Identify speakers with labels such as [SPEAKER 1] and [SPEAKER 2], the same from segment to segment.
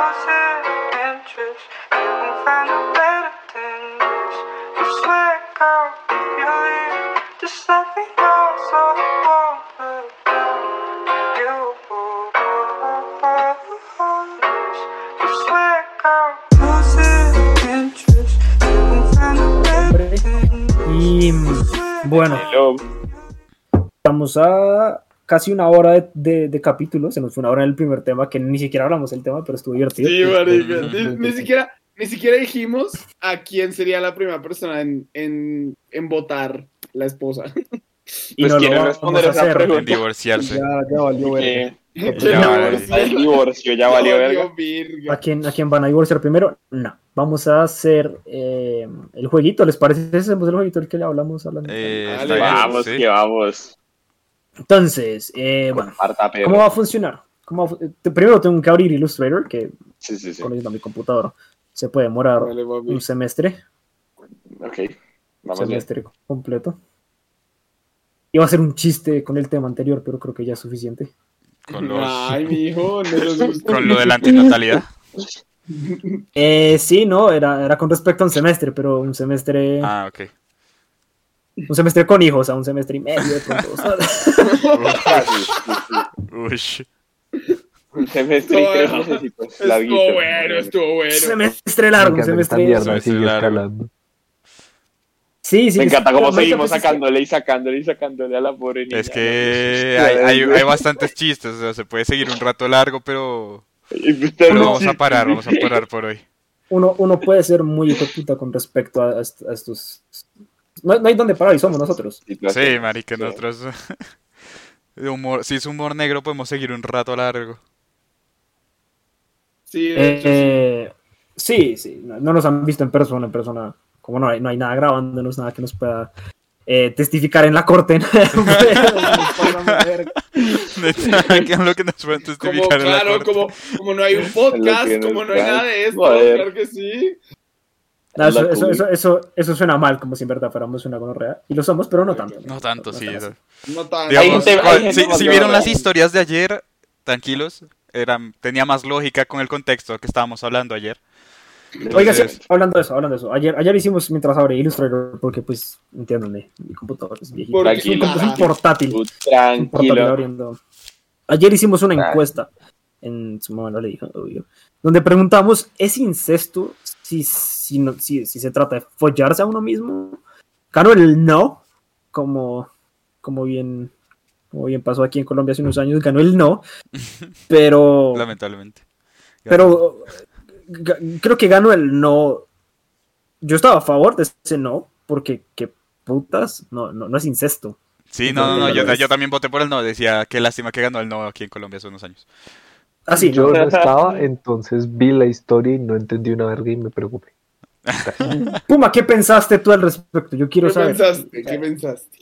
[SPEAKER 1] Losing interest, you can find a better than this. You swear, girl, if you leave, just let me know so I won't look down. You, you swear, girl, losing interest, you can find a better than
[SPEAKER 2] Y
[SPEAKER 1] this.
[SPEAKER 2] bueno,
[SPEAKER 3] Hello.
[SPEAKER 2] estamos a casi una hora de, de- de capítulo. Se nos fue una hora en el primer tema, que ni siquiera hablamos del tema, pero estuvo divertido.
[SPEAKER 4] Sí, marica. Ni, ni siquiera, ni siquiera dijimos a quién sería la primera persona en, en, en votar la esposa.
[SPEAKER 2] Y
[SPEAKER 3] Pues
[SPEAKER 2] no lo
[SPEAKER 3] quieren
[SPEAKER 2] vamos
[SPEAKER 3] responder
[SPEAKER 2] a
[SPEAKER 3] esa
[SPEAKER 2] hacer. eh,
[SPEAKER 3] pregunta.
[SPEAKER 5] en divorciarse.
[SPEAKER 2] Ya, ya valió, verga.
[SPEAKER 3] Que
[SPEAKER 5] Ya
[SPEAKER 3] ya valió.
[SPEAKER 5] valió.
[SPEAKER 3] pues, El divorcio, ya valió verga.
[SPEAKER 2] ¿A quién, ¿A quién van a divorciar primero? No. Vamos a hacer eh, el jueguito. ¿Les parece? si Hacemos el jueguito del que le hablamos. a la-
[SPEAKER 5] Eh,
[SPEAKER 4] Dale,
[SPEAKER 5] está bien,
[SPEAKER 3] Vamos,
[SPEAKER 5] sí.
[SPEAKER 3] que vamos.
[SPEAKER 2] Entonces, eh, bueno,
[SPEAKER 3] Harta perra.
[SPEAKER 2] ¿cómo va a funcionar? ¿Cómo va a fu- eh, primero tengo que abrir Illustrator, que
[SPEAKER 3] Sí, sí, sí.
[SPEAKER 2] conociendo a mi computadora se puede demorar
[SPEAKER 4] Vale, papi.
[SPEAKER 2] un semestre,
[SPEAKER 3] Ok.
[SPEAKER 2] un
[SPEAKER 3] Vamos bien.
[SPEAKER 2] semestre completo. Iba a ser un chiste con el tema anterior, pero creo que ya es suficiente.
[SPEAKER 5] Con, los-
[SPEAKER 4] Ay, mijo, no nos gusta.
[SPEAKER 5] con lo de la antinatalidad.
[SPEAKER 2] Eh, sí, no, era, era con respecto a un semestre, pero un semestre,
[SPEAKER 5] Ah, ok.
[SPEAKER 2] un semestre con hijos, a un semestre y medio de pronto. o sea,
[SPEAKER 3] Ah, sí, sí, sí.
[SPEAKER 5] Uy,
[SPEAKER 3] Un semestre y pues,
[SPEAKER 4] No,
[SPEAKER 3] tres
[SPEAKER 4] no.
[SPEAKER 3] mesecitos.
[SPEAKER 4] Estuvo bueno, estuvo
[SPEAKER 2] un
[SPEAKER 4] bueno.
[SPEAKER 2] semestre
[SPEAKER 6] Me
[SPEAKER 2] largo, un
[SPEAKER 6] encanta que esta
[SPEAKER 2] semestre.
[SPEAKER 6] mierda sigue
[SPEAKER 5] Semestre largo.
[SPEAKER 6] escalando.
[SPEAKER 2] Sí, sí.
[SPEAKER 3] Me encanta cómo
[SPEAKER 2] marica,
[SPEAKER 3] seguimos
[SPEAKER 2] pues es que-
[SPEAKER 3] sacándole y sacándole y sacándole a la pobre niña.
[SPEAKER 5] es que hay, hay- hay bastantes chistes, o sea, se puede seguir un rato largo, pero,
[SPEAKER 3] pues,
[SPEAKER 5] pero vamos a parar, vamos a parar por hoy.
[SPEAKER 2] uno, uno puede ser muy hijo de puta con respecto a, a est- a estos. No, no hay donde parar y somos nosotros.
[SPEAKER 5] Sí, marica,
[SPEAKER 3] Sí.
[SPEAKER 5] nosotros... de humor, si es humor negro, podemos seguir un rato largo.
[SPEAKER 4] Sí, de hecho, sí.
[SPEAKER 2] Eh, sí, sí, no, no nos han visto en persona, en persona. Como no hay, no hay nada grabándonos, nada que nos pueda eh, testificar en la corte.
[SPEAKER 5] Neta, ¿Qué es lo que nos pueden
[SPEAKER 4] Como,
[SPEAKER 5] testificar en la
[SPEAKER 4] claro,
[SPEAKER 5] corte?
[SPEAKER 4] como, como no hay un
[SPEAKER 3] Es lo que
[SPEAKER 4] podcast,
[SPEAKER 3] nos
[SPEAKER 4] como no hay
[SPEAKER 3] da.
[SPEAKER 4] nada de esto,
[SPEAKER 3] Joder.
[SPEAKER 4] claro que sí.
[SPEAKER 2] No, eso, eso, eso, eso, eso suena mal, como si en verdad fuéramos una gonorrea. Y lo somos, pero no tanto.
[SPEAKER 5] No tanto, sí.
[SPEAKER 2] tanto.
[SPEAKER 5] eso.
[SPEAKER 4] No tan.
[SPEAKER 5] Digamos,
[SPEAKER 3] gente-
[SPEAKER 5] cual-
[SPEAKER 3] hay gente
[SPEAKER 5] si,
[SPEAKER 3] más
[SPEAKER 5] si
[SPEAKER 3] grande.
[SPEAKER 5] vieron las historias de ayer, tranquilos, eran, tenía más lógica con el contexto que estábamos hablando ayer.
[SPEAKER 2] Oiga, sí,
[SPEAKER 5] Entonces-
[SPEAKER 2] hablando de eso, hablando de eso. Ayer, ayer hicimos mientras abrí Illustrator, porque pues, entiéndanme, mi computador es viejito.
[SPEAKER 4] Porque
[SPEAKER 2] Es un,
[SPEAKER 3] Tranquilo.
[SPEAKER 2] es un portátil.
[SPEAKER 3] Tú
[SPEAKER 2] Un portátil
[SPEAKER 3] uh, Tranquilo.
[SPEAKER 2] abriendo. Ayer hicimos una
[SPEAKER 3] Claro.
[SPEAKER 2] encuesta, en su mamá no le dijo, obvio, donde preguntamos, ¿es incesto si, si, no- si, si se trata de follarse a uno mismo? Claro, el no, como, como, bien, como bien pasó aquí en Colombia hace unos años, ganó el no, pero,
[SPEAKER 5] Lamentablemente.
[SPEAKER 2] Oh. pero g- creo que ganó el no. Yo estaba a favor de ese no, porque qué putas, no, no, no es incesto.
[SPEAKER 5] Sí, no, no, no, yo,
[SPEAKER 2] Entonces-
[SPEAKER 5] yo también voté por el no. Decía, qué lástima que ganó el no aquí en Colombia hace unos años.
[SPEAKER 2] Así,
[SPEAKER 6] Yo no estaba, entonces vi la historia y no entendí una verga y me preocupé.
[SPEAKER 2] Puma, ¿qué pensaste tú al respecto? Yo quiero
[SPEAKER 4] ¿Qué
[SPEAKER 2] saber.
[SPEAKER 4] pensaste? ¿Qué pensaste?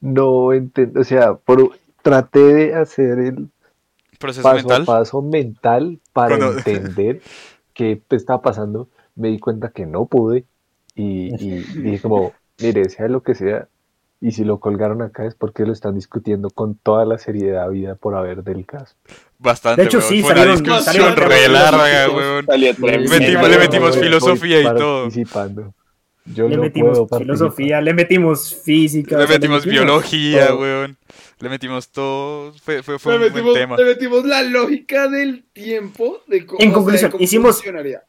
[SPEAKER 6] No entendí, o sea, por, traté de hacer el
[SPEAKER 5] Proceso
[SPEAKER 6] paso
[SPEAKER 5] mental.
[SPEAKER 6] a paso mental para
[SPEAKER 5] Cuando-
[SPEAKER 6] entender qué estaba pasando. Me di cuenta que no pude y, y dije como, mire, sea lo que sea, y si lo colgaron acá es porque lo están discutiendo con toda la seriedad vida por haber del caso.
[SPEAKER 5] Bastante,
[SPEAKER 2] De hecho,
[SPEAKER 5] weón.
[SPEAKER 2] sí,
[SPEAKER 5] Fue una
[SPEAKER 2] salieron-
[SPEAKER 5] discusión
[SPEAKER 2] salieron
[SPEAKER 5] re
[SPEAKER 2] temas
[SPEAKER 5] larga,
[SPEAKER 2] filosóficos.
[SPEAKER 5] weón.
[SPEAKER 3] Salió
[SPEAKER 5] Le
[SPEAKER 3] tremendo.
[SPEAKER 5] metimos- le metimos
[SPEAKER 6] Estoy
[SPEAKER 5] filosofía y todo.
[SPEAKER 6] participando. Yo
[SPEAKER 2] Le
[SPEAKER 6] no
[SPEAKER 2] metimos
[SPEAKER 6] puedo participar.
[SPEAKER 2] filosofía, le metimos física.
[SPEAKER 5] Le
[SPEAKER 2] o sea,
[SPEAKER 5] metimos biología,
[SPEAKER 2] todo.
[SPEAKER 5] weón. Le metimos todo. Fue, fue, fue
[SPEAKER 4] Le
[SPEAKER 5] un
[SPEAKER 4] metimos,
[SPEAKER 5] buen tema.
[SPEAKER 4] le metimos la lógica del tiempo de cómo,
[SPEAKER 2] En
[SPEAKER 4] o sea,
[SPEAKER 2] conclusión,
[SPEAKER 4] cómo
[SPEAKER 2] hicimos-
[SPEAKER 4] funcionaría.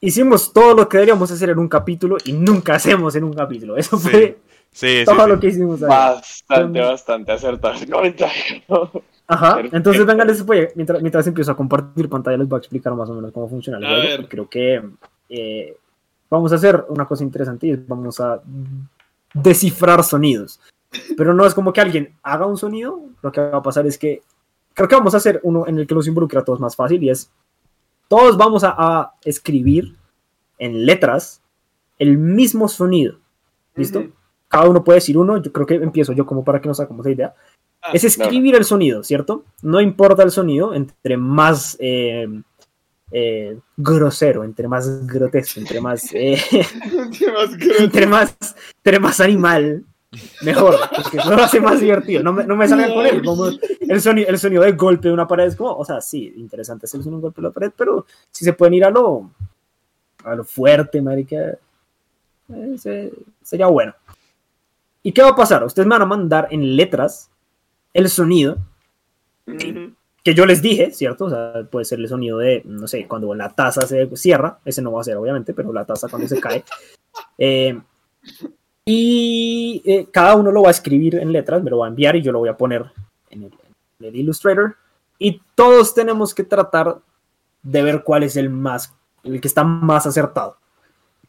[SPEAKER 2] Hicimos todo lo que deberíamos hacer en un capítulo y nunca hacemos en un capítulo. Eso
[SPEAKER 5] Sí,
[SPEAKER 2] fue
[SPEAKER 5] Sí, sí,
[SPEAKER 2] todo
[SPEAKER 5] sí.
[SPEAKER 2] lo que hicimos ahí.
[SPEAKER 3] Bastante, bastante acertado el comentario.
[SPEAKER 2] Ajá.
[SPEAKER 3] Perfecto.
[SPEAKER 2] Entonces, venga, les voy a- mientras, mientras empiezo a compartir pantalla, les voy a explicar más o menos cómo funciona el
[SPEAKER 4] A
[SPEAKER 2] juego.
[SPEAKER 4] ver.
[SPEAKER 2] y Creo que eh, vamos a hacer una cosa interesante y es vamos a descifrar sonidos. Pero no es como que alguien haga un sonido. Lo que va a pasar es que creo que vamos a hacer uno en el que los involucra a todos más fácil y es todos vamos a, a escribir en letras el mismo sonido. ¿Listo?
[SPEAKER 4] Ujú.
[SPEAKER 2] Cada uno puede decir uno. Yo creo que empiezo yo como para que nos hagamos la idea
[SPEAKER 4] Ah,
[SPEAKER 2] es escribir el sonido, ¿cierto? No importa el sonido, entre más eh, eh, grosero, entre más grotesco, entre más, eh,
[SPEAKER 4] Qué más cruel.
[SPEAKER 2] entre más, entre más animal, Mejor, porque eso lo hace más divertido. No me, no me salgan con él. como el, sonido, el sonido de golpe de una pared es como, o sea, sí, interesante hacer el sonido de un golpe de la pared, pero si se pueden ir a lo, a lo fuerte, marica, eh, se- sería bueno. ¿Y qué va a pasar? Ustedes me van a mandar en letras el sonido que yo les dije, ¿cierto? O sea, puede ser el sonido de, no sé, cuando la taza se cierra, ese no va a ser, obviamente, pero la taza cuando se cae. Eh, y eh, cada uno lo va a escribir en letras, me lo va a enviar y yo lo voy a poner en el, en el Illustrator. Y todos tenemos que tratar de ver cuál es el más, el que está más acertado,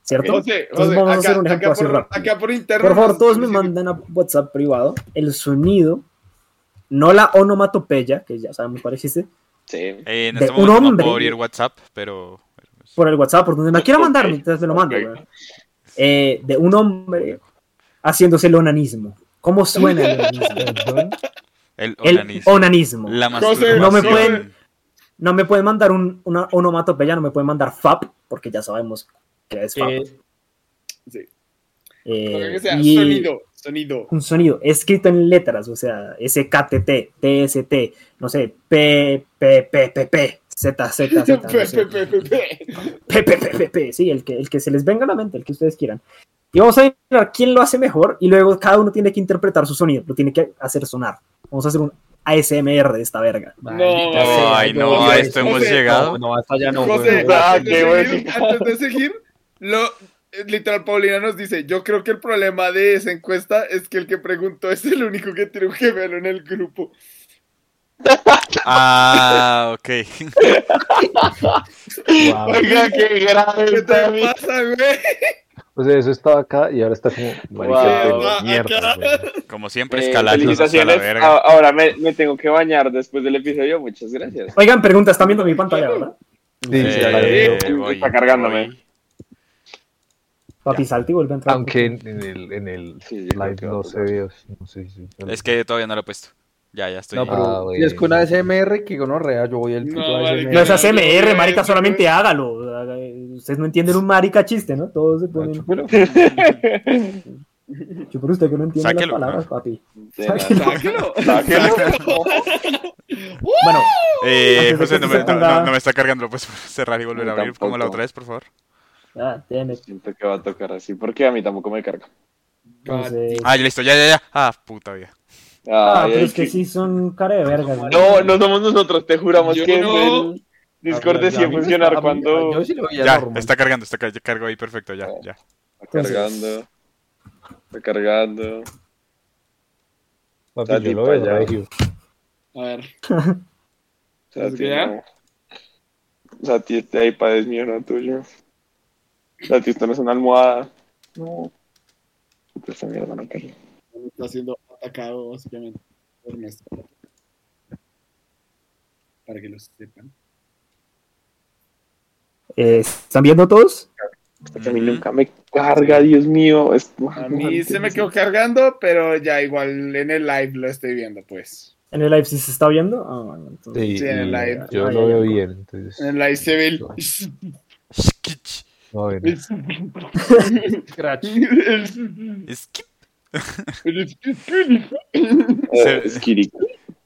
[SPEAKER 2] ¿cierto?
[SPEAKER 4] José,
[SPEAKER 2] Entonces
[SPEAKER 4] José,
[SPEAKER 2] vamos a hacer
[SPEAKER 4] acá,
[SPEAKER 2] un ejemplo
[SPEAKER 4] acá,
[SPEAKER 2] así
[SPEAKER 4] por,
[SPEAKER 2] rápido.
[SPEAKER 4] acá por interno.
[SPEAKER 2] Por favor,
[SPEAKER 4] nos-
[SPEAKER 2] todos me
[SPEAKER 4] nos-
[SPEAKER 2] mandan a WhatsApp privado el sonido, no la onomatopeya, que ya sabemos cuál existe,
[SPEAKER 3] Sí.
[SPEAKER 5] Eh, en
[SPEAKER 2] De
[SPEAKER 5] este
[SPEAKER 2] un
[SPEAKER 5] momento no
[SPEAKER 2] hombre.
[SPEAKER 5] puedo abrir WhatsApp, pero.
[SPEAKER 2] por el WhatsApp, por donde me quiera mandar,
[SPEAKER 3] Ok.
[SPEAKER 2] mientras te lo mando,
[SPEAKER 3] Ok.
[SPEAKER 2] weón. Eh, de un hombre haciéndose el onanismo. ¿Cómo suena el onanismo?
[SPEAKER 6] Perdón.
[SPEAKER 5] El
[SPEAKER 2] El
[SPEAKER 5] onanismo.
[SPEAKER 2] onanismo.
[SPEAKER 5] La
[SPEAKER 4] José,
[SPEAKER 5] masturbación.
[SPEAKER 2] no me pueden- No me pueden mandar un, una onomatopeya, no me pueden mandar FAP, porque ya sabemos que es FAP.
[SPEAKER 4] Eh, sí.
[SPEAKER 2] Eh,
[SPEAKER 4] Lo que sea,
[SPEAKER 2] y-
[SPEAKER 4] sonido, sonido.
[SPEAKER 2] un sonido escrito en letras, o sea, SKTT, TST, no sé, P, P, P, P, P, Z, Z, Z, no sé, P,
[SPEAKER 4] Pe, pe, pe, pe.
[SPEAKER 2] P, P, P, P, sí, el que, el que se les venga a la mente, el que ustedes quieran. Y vamos a mirar quién lo hace mejor y luego cada uno tiene que interpretar su sonido, lo tiene que hacer sonar. Vamos a hacer un ASMR de esta verga.
[SPEAKER 4] No,
[SPEAKER 5] Ay, no, a esto hemos
[SPEAKER 4] José,
[SPEAKER 5] llegado.
[SPEAKER 7] No, no, hasta allá no.
[SPEAKER 4] José,
[SPEAKER 7] güey.
[SPEAKER 3] Ah,
[SPEAKER 4] antes,
[SPEAKER 3] qué
[SPEAKER 4] de
[SPEAKER 3] bueno.
[SPEAKER 4] seguir, antes de seguir, lo, eh, literal, Paulina nos dice, yo creo que el problema de esa encuesta es que el que preguntó es el único que tiene un gemelo en el grupo.
[SPEAKER 5] Ah, ok.
[SPEAKER 6] Wow.
[SPEAKER 3] Oiga, qué grave
[SPEAKER 4] ¿Qué te
[SPEAKER 3] está mi-
[SPEAKER 4] pasa, güey?
[SPEAKER 6] O sea, eso estaba acá y ahora está como. Marica,
[SPEAKER 3] Wow.
[SPEAKER 6] de mierda.
[SPEAKER 4] Acá.
[SPEAKER 6] güey.
[SPEAKER 5] Como
[SPEAKER 3] Eh,
[SPEAKER 5] siempre, escalando Pues hasta la
[SPEAKER 3] felicitaciones.
[SPEAKER 5] verga.
[SPEAKER 3] Ah, Ahora me, me tengo que bañar después del episodio. Muchas gracias.
[SPEAKER 2] Oigan, preguntas, están viendo mi pantalla, ¿verdad?
[SPEAKER 6] Sí, sí, ya la veo.
[SPEAKER 5] Eh, voy,
[SPEAKER 3] Está cargándome.
[SPEAKER 5] voy.
[SPEAKER 2] Papi, salte y vuelve a entrar.
[SPEAKER 6] Aunque en, en el, en el
[SPEAKER 3] Sí, yo creo
[SPEAKER 6] live
[SPEAKER 3] que va
[SPEAKER 6] no
[SPEAKER 3] a
[SPEAKER 6] se
[SPEAKER 3] tocar.
[SPEAKER 6] ve. o sea, No sé si.
[SPEAKER 5] Es que todavía no lo he puesto. Ya, ya estoy.
[SPEAKER 7] No,
[SPEAKER 6] Ah,
[SPEAKER 7] pero
[SPEAKER 6] güey.
[SPEAKER 7] y es con ASMR que gonorrea, yo voy al puto
[SPEAKER 4] No, vale,
[SPEAKER 7] ASMR.
[SPEAKER 2] No es ASMR, marica, solamente hágalo. Ustedes no entienden un marica chiste, ¿no? Todos se
[SPEAKER 7] No,
[SPEAKER 2] ponen...
[SPEAKER 7] chúpelo.
[SPEAKER 2] Yo por usted que no entiende
[SPEAKER 5] Sáquelo,
[SPEAKER 2] las palabras, papi.
[SPEAKER 3] Sí,
[SPEAKER 2] Sáquelo.
[SPEAKER 4] Sáquelo.
[SPEAKER 2] Bueno,
[SPEAKER 5] Eh,
[SPEAKER 2] Antes de
[SPEAKER 5] José,
[SPEAKER 2] que se
[SPEAKER 5] no me, no-
[SPEAKER 2] ponga-
[SPEAKER 5] no- no me está cargando. ¿Lo puedes cerrar y volver a
[SPEAKER 3] No,
[SPEAKER 5] abrir como la
[SPEAKER 3] tampoco.
[SPEAKER 5] otra vez, por favor?
[SPEAKER 2] ah, tiene.
[SPEAKER 3] Siento que va a tocar así. Porque a mí tampoco me carga.
[SPEAKER 2] Entonces...
[SPEAKER 5] Ah, ya listo, ya, ya, ya. Ah, puta vida.
[SPEAKER 2] Ah,
[SPEAKER 3] Ay,
[SPEAKER 2] pero
[SPEAKER 3] ay,
[SPEAKER 2] es que
[SPEAKER 3] qué-
[SPEAKER 2] sí son cara de verga. güey.
[SPEAKER 3] No, no somos nosotros. Te juramos
[SPEAKER 4] Yo
[SPEAKER 3] que
[SPEAKER 4] no.
[SPEAKER 3] el Discord
[SPEAKER 7] Ya, ya,
[SPEAKER 3] decía
[SPEAKER 7] a mí me
[SPEAKER 3] funcionar
[SPEAKER 7] está- a mí-
[SPEAKER 3] cuando.
[SPEAKER 7] Yo sí lo veía
[SPEAKER 5] Ya,
[SPEAKER 7] normal.
[SPEAKER 5] está cargando, está car- ya cargo ahí, perfecto, ya, ya.
[SPEAKER 3] Está cargando. Está cargando.
[SPEAKER 6] Papi,
[SPEAKER 3] Tati
[SPEAKER 6] yo lo
[SPEAKER 3] pa'
[SPEAKER 6] veo,
[SPEAKER 3] allá.
[SPEAKER 6] regio.
[SPEAKER 4] A ver,
[SPEAKER 3] Sati,
[SPEAKER 4] ¿Ya?
[SPEAKER 3] no. Sati, este iPad es mío, no tuyo. Sati, esto no es una almohada. No. Puta, Esta mierda no carga.
[SPEAKER 4] está siendo atacado básicamente por Néstor. Para que lo sepan.
[SPEAKER 2] Eh, ¿Están viendo todos?
[SPEAKER 3] Porque a mí nunca me carga, Dios mío. Es...
[SPEAKER 5] Ah,
[SPEAKER 4] A mí se me quedó cargando, pero ya igual en el live lo estoy viendo, pues.
[SPEAKER 2] ¿En el live sí se está viendo? Ah, bueno, entonces-
[SPEAKER 6] Sí,
[SPEAKER 4] Sí, en el
[SPEAKER 6] y
[SPEAKER 4] live.
[SPEAKER 6] Yo
[SPEAKER 2] Ay,
[SPEAKER 6] lo
[SPEAKER 2] ay,
[SPEAKER 6] veo
[SPEAKER 2] ay.
[SPEAKER 6] bien, entonces.
[SPEAKER 4] En el live se ve el...
[SPEAKER 5] Mm. Skitch,
[SPEAKER 6] No, a ver.
[SPEAKER 7] Scratch.
[SPEAKER 4] el-
[SPEAKER 5] skip.
[SPEAKER 3] Eh,
[SPEAKER 5] Se-
[SPEAKER 3] es Kiri.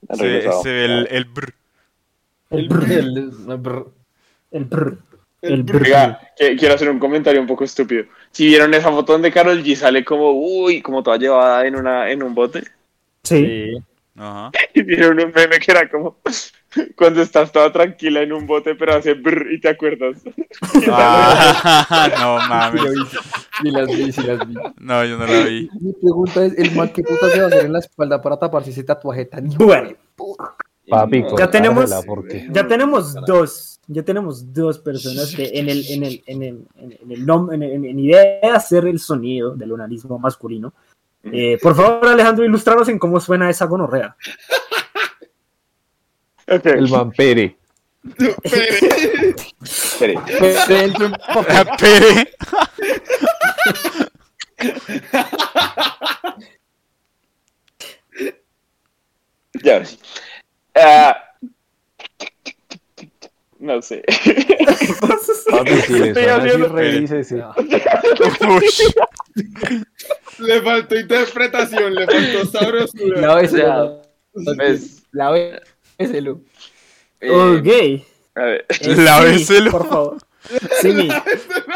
[SPEAKER 3] Han
[SPEAKER 5] Se,
[SPEAKER 3] regresado.
[SPEAKER 5] se ve el, el brr.
[SPEAKER 2] El brr,
[SPEAKER 7] El- brr.
[SPEAKER 2] el brr, el
[SPEAKER 4] El
[SPEAKER 2] brr.
[SPEAKER 3] Oiga, Ah. que- quiero hacer un comentario un poco estúpido. Si vieron esa foto donde Carol G sale como, uy, como toda llevada en, una, en un bote.
[SPEAKER 8] eh,
[SPEAKER 2] Sí.
[SPEAKER 5] Ajá.
[SPEAKER 3] Y vieron un meme que era como, cuando estás toda tranquila en un bote, pero hace brr y te acuerdas.
[SPEAKER 5] Ah, no
[SPEAKER 7] Sí lo vi, sí
[SPEAKER 5] mames.
[SPEAKER 7] las vi, sí las vi.
[SPEAKER 5] No, yo no la vi.
[SPEAKER 7] Mi pregunta es, ¿el man qué puta se va a hacer en la espalda para taparse ese tatuaje tan hijo de
[SPEAKER 2] Bueno,
[SPEAKER 7] puta?
[SPEAKER 6] Papi, cortármela,
[SPEAKER 2] tenemos-
[SPEAKER 6] porque-
[SPEAKER 2] ya tenemos dos. Ya tenemos dos personas que en el, en el, en el, en el, en el nom- en- en- en idea de hacer el sonido del onanismo masculino. Eh, por favor, Alejandro, ilustraros en cómo suena esa gonorrea.
[SPEAKER 3] Ok,
[SPEAKER 6] El vampere.
[SPEAKER 3] espere.
[SPEAKER 7] Se entra un papel.
[SPEAKER 5] La pere.
[SPEAKER 3] Ya ahora sí. Ah. no sé.
[SPEAKER 6] Papi, si le
[SPEAKER 2] Eh,
[SPEAKER 3] Estoy
[SPEAKER 6] suena así,
[SPEAKER 3] haciendo-
[SPEAKER 6] revísese.
[SPEAKER 5] Ush.
[SPEAKER 4] Le faltó interpretación, le faltó sabrosura.
[SPEAKER 8] La
[SPEAKER 4] No,
[SPEAKER 8] vez,
[SPEAKER 9] sea,
[SPEAKER 3] pues,
[SPEAKER 9] ¿ves?
[SPEAKER 8] la vez, ese Lu.
[SPEAKER 9] Eh,
[SPEAKER 2] Ok.
[SPEAKER 9] a ver.
[SPEAKER 2] Eh,
[SPEAKER 5] La
[SPEAKER 2] Simi,
[SPEAKER 5] beselo.
[SPEAKER 2] Por favor. Simi,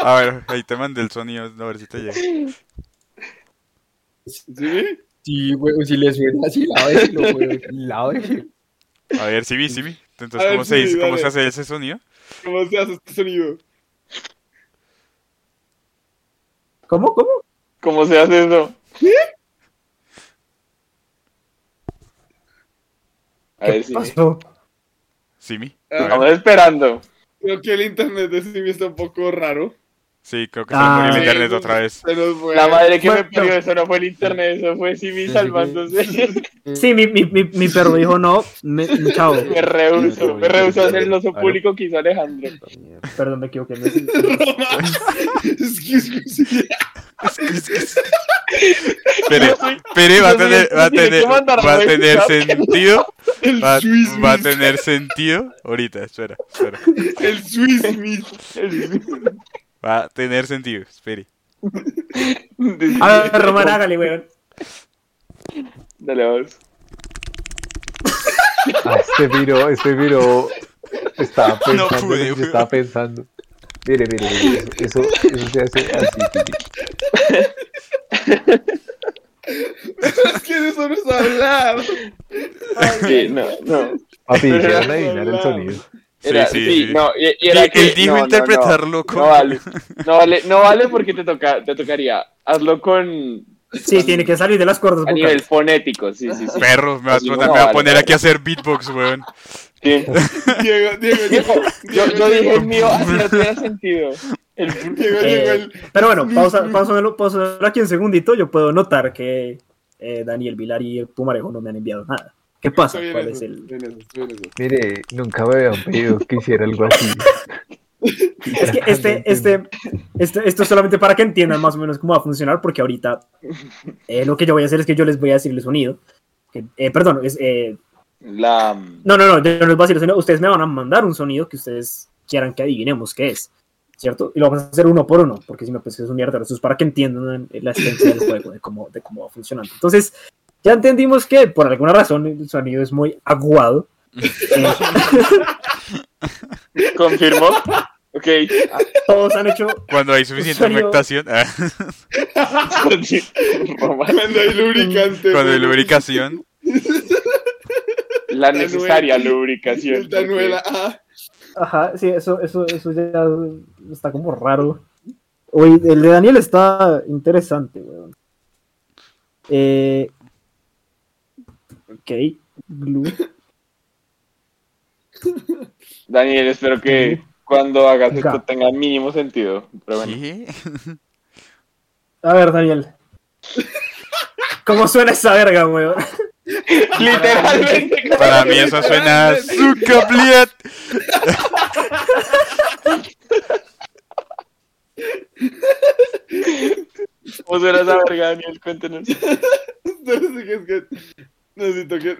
[SPEAKER 5] A ver, ahí te mandé el sonido, a ver si te llega.
[SPEAKER 4] ¿Sí?
[SPEAKER 8] Sí, güey, si le suena así, la vez, Lu, güey. La vez.
[SPEAKER 5] A ver, Simi, Simi. Entonces,
[SPEAKER 4] A ver,
[SPEAKER 5] ¿cómo, se,
[SPEAKER 4] Simi,
[SPEAKER 5] dice, ¿cómo
[SPEAKER 4] dale.
[SPEAKER 5] se hace ese sonido?
[SPEAKER 4] ¿Cómo se hace este sonido?
[SPEAKER 2] ¿cómo? ¿Cómo?
[SPEAKER 3] ¿Cómo se hace eso? A ver, sí.
[SPEAKER 2] Pasó.
[SPEAKER 5] Simi.
[SPEAKER 4] Ah,
[SPEAKER 5] A ver.
[SPEAKER 3] Estamos esperando.
[SPEAKER 4] Creo que el internet de Simi está un poco raro.
[SPEAKER 5] Sí, creo que se me murió
[SPEAKER 2] Ah.
[SPEAKER 5] el internet otra vez.
[SPEAKER 4] Se nos fue.
[SPEAKER 3] La madre que me
[SPEAKER 2] Bueno.
[SPEAKER 3] parió, eso no fue el internet, eso fue Simi salvándose.
[SPEAKER 2] Sí, mi, mi, mi, mi perro dijo no. Me, chao.
[SPEAKER 3] me rehuso, me rehuso a hacer el oso público que hizo Alejandro.
[SPEAKER 2] Perdón, me equivoqué.
[SPEAKER 4] Excuse me, Simi.
[SPEAKER 5] Pere, Pere va a
[SPEAKER 3] Yo soy
[SPEAKER 5] tener,
[SPEAKER 3] el
[SPEAKER 5] va a
[SPEAKER 3] tiene que
[SPEAKER 5] tener,
[SPEAKER 3] mandar a
[SPEAKER 5] va a
[SPEAKER 3] la
[SPEAKER 5] tener
[SPEAKER 3] verga.
[SPEAKER 5] sentido.
[SPEAKER 4] El
[SPEAKER 5] Va,
[SPEAKER 4] Swiss
[SPEAKER 5] va a
[SPEAKER 4] Miss.
[SPEAKER 5] tener sentido. Ahorita, espera, espera.
[SPEAKER 4] El Swiss Miss.
[SPEAKER 5] Va a tener sentido, espere.
[SPEAKER 2] A ver, Román, hágale, weón.
[SPEAKER 3] Dale, vamos.
[SPEAKER 6] Ah, este viro, este viro estaba
[SPEAKER 5] No
[SPEAKER 6] pensando,
[SPEAKER 5] pude,
[SPEAKER 6] en lo que
[SPEAKER 5] weón.
[SPEAKER 6] estaba pensando. Mire, mire, mire, eso, eso se hace así. Titi.
[SPEAKER 4] Es que de eso no es hablar.
[SPEAKER 3] Sí, no, no.
[SPEAKER 6] Papi,
[SPEAKER 3] Pero
[SPEAKER 6] quisieron
[SPEAKER 3] era
[SPEAKER 6] adivinar el
[SPEAKER 4] soldado.
[SPEAKER 6] sonido.
[SPEAKER 3] Era,
[SPEAKER 5] sí,
[SPEAKER 3] sí,
[SPEAKER 5] sí.
[SPEAKER 3] no. y- y era
[SPEAKER 5] Él-
[SPEAKER 3] que-
[SPEAKER 5] él dijo
[SPEAKER 3] no, no, no.
[SPEAKER 5] interpretarlo con-
[SPEAKER 3] No vale, no vale, no vale porque te, toca, te tocaría. Hazlo con.
[SPEAKER 2] Sí, tiene que salir de las cuerdas
[SPEAKER 3] A nivel
[SPEAKER 2] vocales.
[SPEAKER 3] fonético, sí, sí, sí.
[SPEAKER 5] Perros, me va a,
[SPEAKER 3] Así,
[SPEAKER 5] trotar,
[SPEAKER 3] no,
[SPEAKER 5] me va a
[SPEAKER 3] vale,
[SPEAKER 5] poner
[SPEAKER 3] vale.
[SPEAKER 5] aquí a hacer beatbox, weón.
[SPEAKER 3] Sí.
[SPEAKER 4] Diego, Diego,
[SPEAKER 3] Yo,
[SPEAKER 4] Diego.
[SPEAKER 3] yo dije el mío, así no tiene sentido.
[SPEAKER 4] Diego,
[SPEAKER 2] Eh,
[SPEAKER 4] Diego, el.
[SPEAKER 2] Pero bueno, pausa, pausa, pausa aquí un segundito. Yo puedo notar que eh, Daniel Vilar y el Pumarejo no me han enviado nada. ¿Qué pasa?
[SPEAKER 4] Estoy en
[SPEAKER 2] ¿Cuál
[SPEAKER 4] eso,
[SPEAKER 2] es el...
[SPEAKER 4] estoy en eso, estoy en eso.
[SPEAKER 6] Mire, nunca me habían pedido que hiciera algo así.
[SPEAKER 2] Es que este, este, este, esto es solamente para que entiendan más o menos cómo va a funcionar, porque ahorita eh, lo que yo voy a hacer es que yo les voy a decir el sonido. Que, eh, perdón, es, eh,
[SPEAKER 3] La.
[SPEAKER 2] no, no, no, yo no les voy a decir el sonido. Ustedes me van a mandar un sonido que ustedes quieran que adivinemos qué es, ¿cierto? Y lo vamos a hacer uno por uno, porque si me pensé es un mierda, eso es para que entiendan la esencia del juego, de cómo, de cómo va funcionando. Entonces, ya entendimos que por alguna razón el sonido es muy aguado. Eh,
[SPEAKER 3] ¿Confirmó? Ok. Ah,
[SPEAKER 2] todos han hecho
[SPEAKER 5] Cuando hay suficiente
[SPEAKER 2] Usuario-
[SPEAKER 5] humectación, ah,
[SPEAKER 3] sí. Román.
[SPEAKER 4] Cuando hay lubricante.
[SPEAKER 5] cuando hay
[SPEAKER 4] güey.
[SPEAKER 5] lubricación,
[SPEAKER 3] La necesaria lubricación.
[SPEAKER 4] Esta novela,
[SPEAKER 3] porque-
[SPEAKER 4] ah,
[SPEAKER 2] Ajá, sí, eso, eso, eso ya está como raro. Oye, el de Daniel está interesante, weón. Eh, ok, Blue.
[SPEAKER 3] Daniel, espero que cuando hagas esto
[SPEAKER 2] Ga.
[SPEAKER 3] tenga mínimo sentido. Pero bueno.
[SPEAKER 5] ¿qué?
[SPEAKER 2] A ver, Daniel. ¿Cómo suena esa verga, weón?
[SPEAKER 3] Literalmente.
[SPEAKER 5] Para mí eso suena a Zucabliat.
[SPEAKER 3] ¿Cómo suena esa verga, Daniel? Cuéntenos.
[SPEAKER 4] no sé qué es que. Necesito que.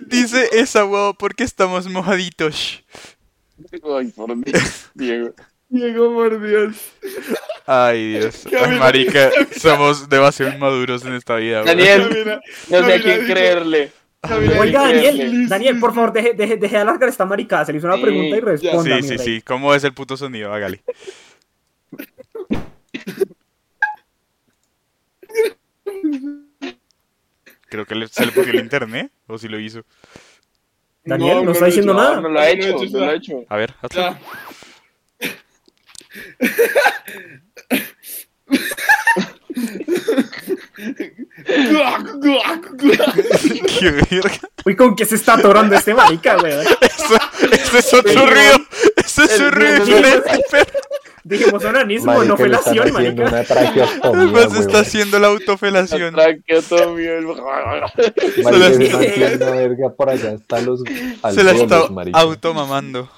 [SPEAKER 5] Dice esa huevo porque estamos mojaditos.
[SPEAKER 3] Ay, por Dios, Diego.
[SPEAKER 4] Diego, por Dios.
[SPEAKER 5] Ay, Dios.
[SPEAKER 4] Qué
[SPEAKER 5] Ay,
[SPEAKER 4] bien.
[SPEAKER 5] marica, somos demasiado inmaduros en esta vida, weón.
[SPEAKER 3] Daniel,
[SPEAKER 4] Camila,
[SPEAKER 3] no sé a
[SPEAKER 4] Camila
[SPEAKER 3] quién
[SPEAKER 4] dijo-
[SPEAKER 3] creerle.
[SPEAKER 4] Camila
[SPEAKER 3] Oiga,
[SPEAKER 4] dijo-
[SPEAKER 3] Daniel,
[SPEAKER 4] Liz,
[SPEAKER 2] Daniel,
[SPEAKER 4] Liz,
[SPEAKER 2] por favor, deje, deje, deje de alargar esta maricada. Se le hizo una
[SPEAKER 3] Sí,
[SPEAKER 2] pregunta y
[SPEAKER 3] ya.
[SPEAKER 2] responda.
[SPEAKER 5] Sí,
[SPEAKER 2] mi
[SPEAKER 5] sí,
[SPEAKER 2] rey.
[SPEAKER 5] sí. ¿Cómo es el puto sonido? Hágale. Creo que le- se le puso el internet. O si lo hizo.
[SPEAKER 2] Daniel, no,
[SPEAKER 4] No,
[SPEAKER 2] está
[SPEAKER 4] pero
[SPEAKER 2] diciendo
[SPEAKER 4] yo-
[SPEAKER 2] nada.
[SPEAKER 3] No, no lo ha
[SPEAKER 4] No,
[SPEAKER 3] hecho,
[SPEAKER 4] no,
[SPEAKER 3] no lo ha hecho.
[SPEAKER 5] A ver, hazlo.
[SPEAKER 4] Ya. Guac, guac, guac.
[SPEAKER 5] ¡Qué verga!
[SPEAKER 2] Uy, ¿con qué se está atorando este marica, weón?
[SPEAKER 5] Eso, ese es otro
[SPEAKER 3] El-
[SPEAKER 5] río. Ese es un río diferente, pero
[SPEAKER 2] Dijimos onanismo, no
[SPEAKER 6] Marica, le están
[SPEAKER 2] felación,
[SPEAKER 6] haciendo
[SPEAKER 2] marica.
[SPEAKER 6] una traqueostomía,
[SPEAKER 5] además
[SPEAKER 6] huevón.
[SPEAKER 5] pues está haciendo la autofelación.
[SPEAKER 3] Tranquilo, todo mío. el-
[SPEAKER 6] Marica,
[SPEAKER 5] se la
[SPEAKER 6] están haciendo verga por allá hasta los
[SPEAKER 5] Se la
[SPEAKER 6] alveolos,
[SPEAKER 5] está
[SPEAKER 6] marica.
[SPEAKER 5] automamando.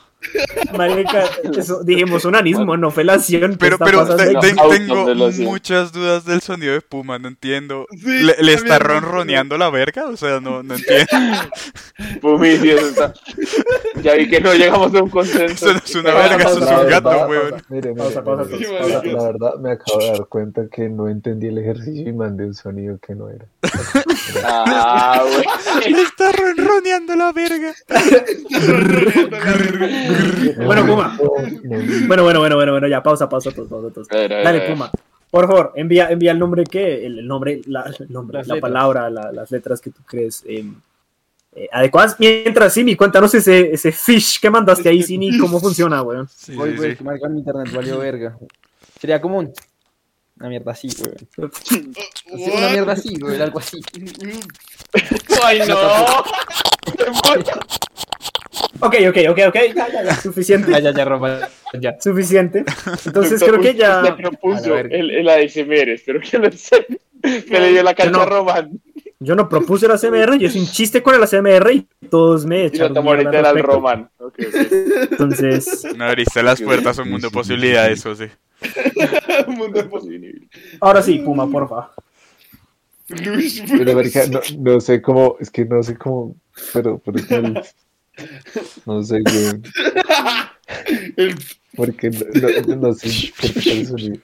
[SPEAKER 2] Marica, eso, dijimos onanismo, no felación. ¿qué
[SPEAKER 5] Pero,
[SPEAKER 2] está
[SPEAKER 5] pero
[SPEAKER 2] pasando
[SPEAKER 5] te-
[SPEAKER 2] aquí?
[SPEAKER 5] te-
[SPEAKER 3] Autos de
[SPEAKER 5] tengo
[SPEAKER 3] los-
[SPEAKER 5] muchas dudas del sonido de Puma, no entiendo.
[SPEAKER 4] Sí,
[SPEAKER 5] ¿Le, le está
[SPEAKER 4] también.
[SPEAKER 5] ronroneando la verga? O sea, no, no entiendo.
[SPEAKER 3] Pumi, sí, eso está. Ya vi que no llegamos a un consenso.
[SPEAKER 5] Eso no es una
[SPEAKER 3] Pausa,
[SPEAKER 5] verga, eso es
[SPEAKER 6] pausa,
[SPEAKER 5] un gato,
[SPEAKER 6] pausa,
[SPEAKER 5] weón.
[SPEAKER 6] Mire, mire,
[SPEAKER 2] Pausa, pausa,
[SPEAKER 6] mire,
[SPEAKER 4] pausa,
[SPEAKER 6] la-
[SPEAKER 4] pausa.
[SPEAKER 6] La verdad, me acabo de dar cuenta que no entendí el ejercicio y mandé un sonido que no era.
[SPEAKER 3] Ah, güey.
[SPEAKER 5] Le está ronroneando la verga.
[SPEAKER 2] Bueno, Puma.
[SPEAKER 6] No, no.
[SPEAKER 2] Bueno, bueno, bueno, bueno, bueno, ya, pausa, pausa, pausa, pausa, pausa.
[SPEAKER 3] Eh,
[SPEAKER 2] Dale, Puma. Por favor, envía, envía el nombre que, el el nombre, la, el nombre,
[SPEAKER 8] Las
[SPEAKER 2] la
[SPEAKER 8] letras.
[SPEAKER 2] palabra, la- las letras que tú crees eh, eh, adecuadas. Mientras, Simi, cuéntanos ese, ese fish que mandaste ahí, Simi, cómo funciona, weón.
[SPEAKER 5] Sí,
[SPEAKER 8] Voy,
[SPEAKER 5] sí,
[SPEAKER 8] güey,
[SPEAKER 5] sí.
[SPEAKER 8] que marcar mi internet, valió verga. Sería como un... Una mierda así, güey. Sí, Una mierda así, güey, algo así.
[SPEAKER 3] Ay, no.
[SPEAKER 2] Ok, ok, ok, ok. Ya, ya, ya,
[SPEAKER 8] Ah, Ya,
[SPEAKER 2] Suficiente.
[SPEAKER 8] ya, ya, ropa. Ya.
[SPEAKER 2] Suficiente. Entonces creo que
[SPEAKER 3] Usted
[SPEAKER 2] ya.
[SPEAKER 3] propuso
[SPEAKER 8] A la verga.
[SPEAKER 3] el, el ASMR, espero que lo sepa. Que le dio la cancha
[SPEAKER 2] no.
[SPEAKER 3] a Román
[SPEAKER 2] Yo no propuse la CMR, yo hice un chiste con la CMR y todos me
[SPEAKER 3] y lo
[SPEAKER 2] echaron.
[SPEAKER 3] tomó
[SPEAKER 2] mierda al
[SPEAKER 3] ahorita era el
[SPEAKER 2] respecto.
[SPEAKER 3] Román. Ok, ok.
[SPEAKER 2] Entonces,
[SPEAKER 5] No abriste las puertas a un mundo de posibilidades, José.
[SPEAKER 4] Un mundo de pos-
[SPEAKER 2] ahora sí, Puma, porfa.
[SPEAKER 4] Luis,
[SPEAKER 6] Pero, marica, no, no sé cómo, es que no sé cómo, pero, pero es que el- no sé, güey,
[SPEAKER 4] el-
[SPEAKER 6] porque no, no, no sé por qué tal el sonido.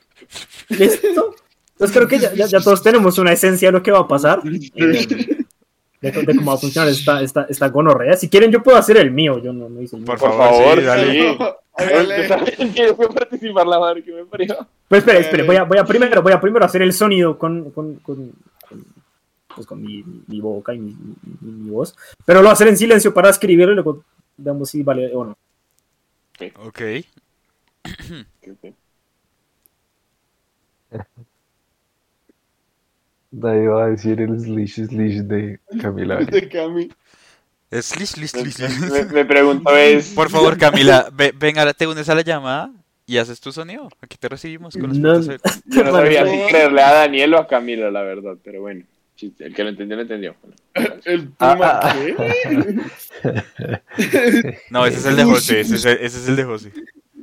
[SPEAKER 2] ¿Listo? Entonces creo que ya, ya- ya todos tenemos una esencia de lo que va a pasar. eh, De, de cómo va a funcionar esta, esta, esta gonorrea. Si quieren, yo puedo hacer el mío. Yo no, no hice el mío.
[SPEAKER 5] Por
[SPEAKER 3] Por
[SPEAKER 5] favor,
[SPEAKER 3] favor,
[SPEAKER 5] sí, dale.
[SPEAKER 3] sí. Este,
[SPEAKER 4] Hágale.
[SPEAKER 3] Que yo fui a participar la madre que me parió.
[SPEAKER 2] Pero espere,
[SPEAKER 3] Eh,
[SPEAKER 2] espere. Voy a, voy a primero, voy a primero hacer el sonido con, con, con, con- pues con mi, mi- mi boca y mi, mi- mi voz. Pero lo voy a hacer en silencio para escribirlo y luego veamos si vale o no.
[SPEAKER 5] Ok.
[SPEAKER 6] Nadie va a decir el slish slish de Camila. Vallejo.
[SPEAKER 4] de Cami.
[SPEAKER 5] Slish, slish,
[SPEAKER 3] Me,
[SPEAKER 5] slish, slish.
[SPEAKER 3] me- me pregunto es.
[SPEAKER 5] Por favor, Camila, ve- ven, ahora te unes a la llamada y haces tu sonido. Aquí te recibimos con las
[SPEAKER 2] No.
[SPEAKER 5] puertas abiertas.
[SPEAKER 3] Yo no sabía si creerle a Daniel o a Camilo, la verdad, pero bueno. chiste, El que lo entendió, lo entendió.
[SPEAKER 4] El
[SPEAKER 6] Ah,
[SPEAKER 4] Puma,
[SPEAKER 6] ah.
[SPEAKER 4] ¿qué?
[SPEAKER 5] No, ese es el de José, ese es el, ese es el de José.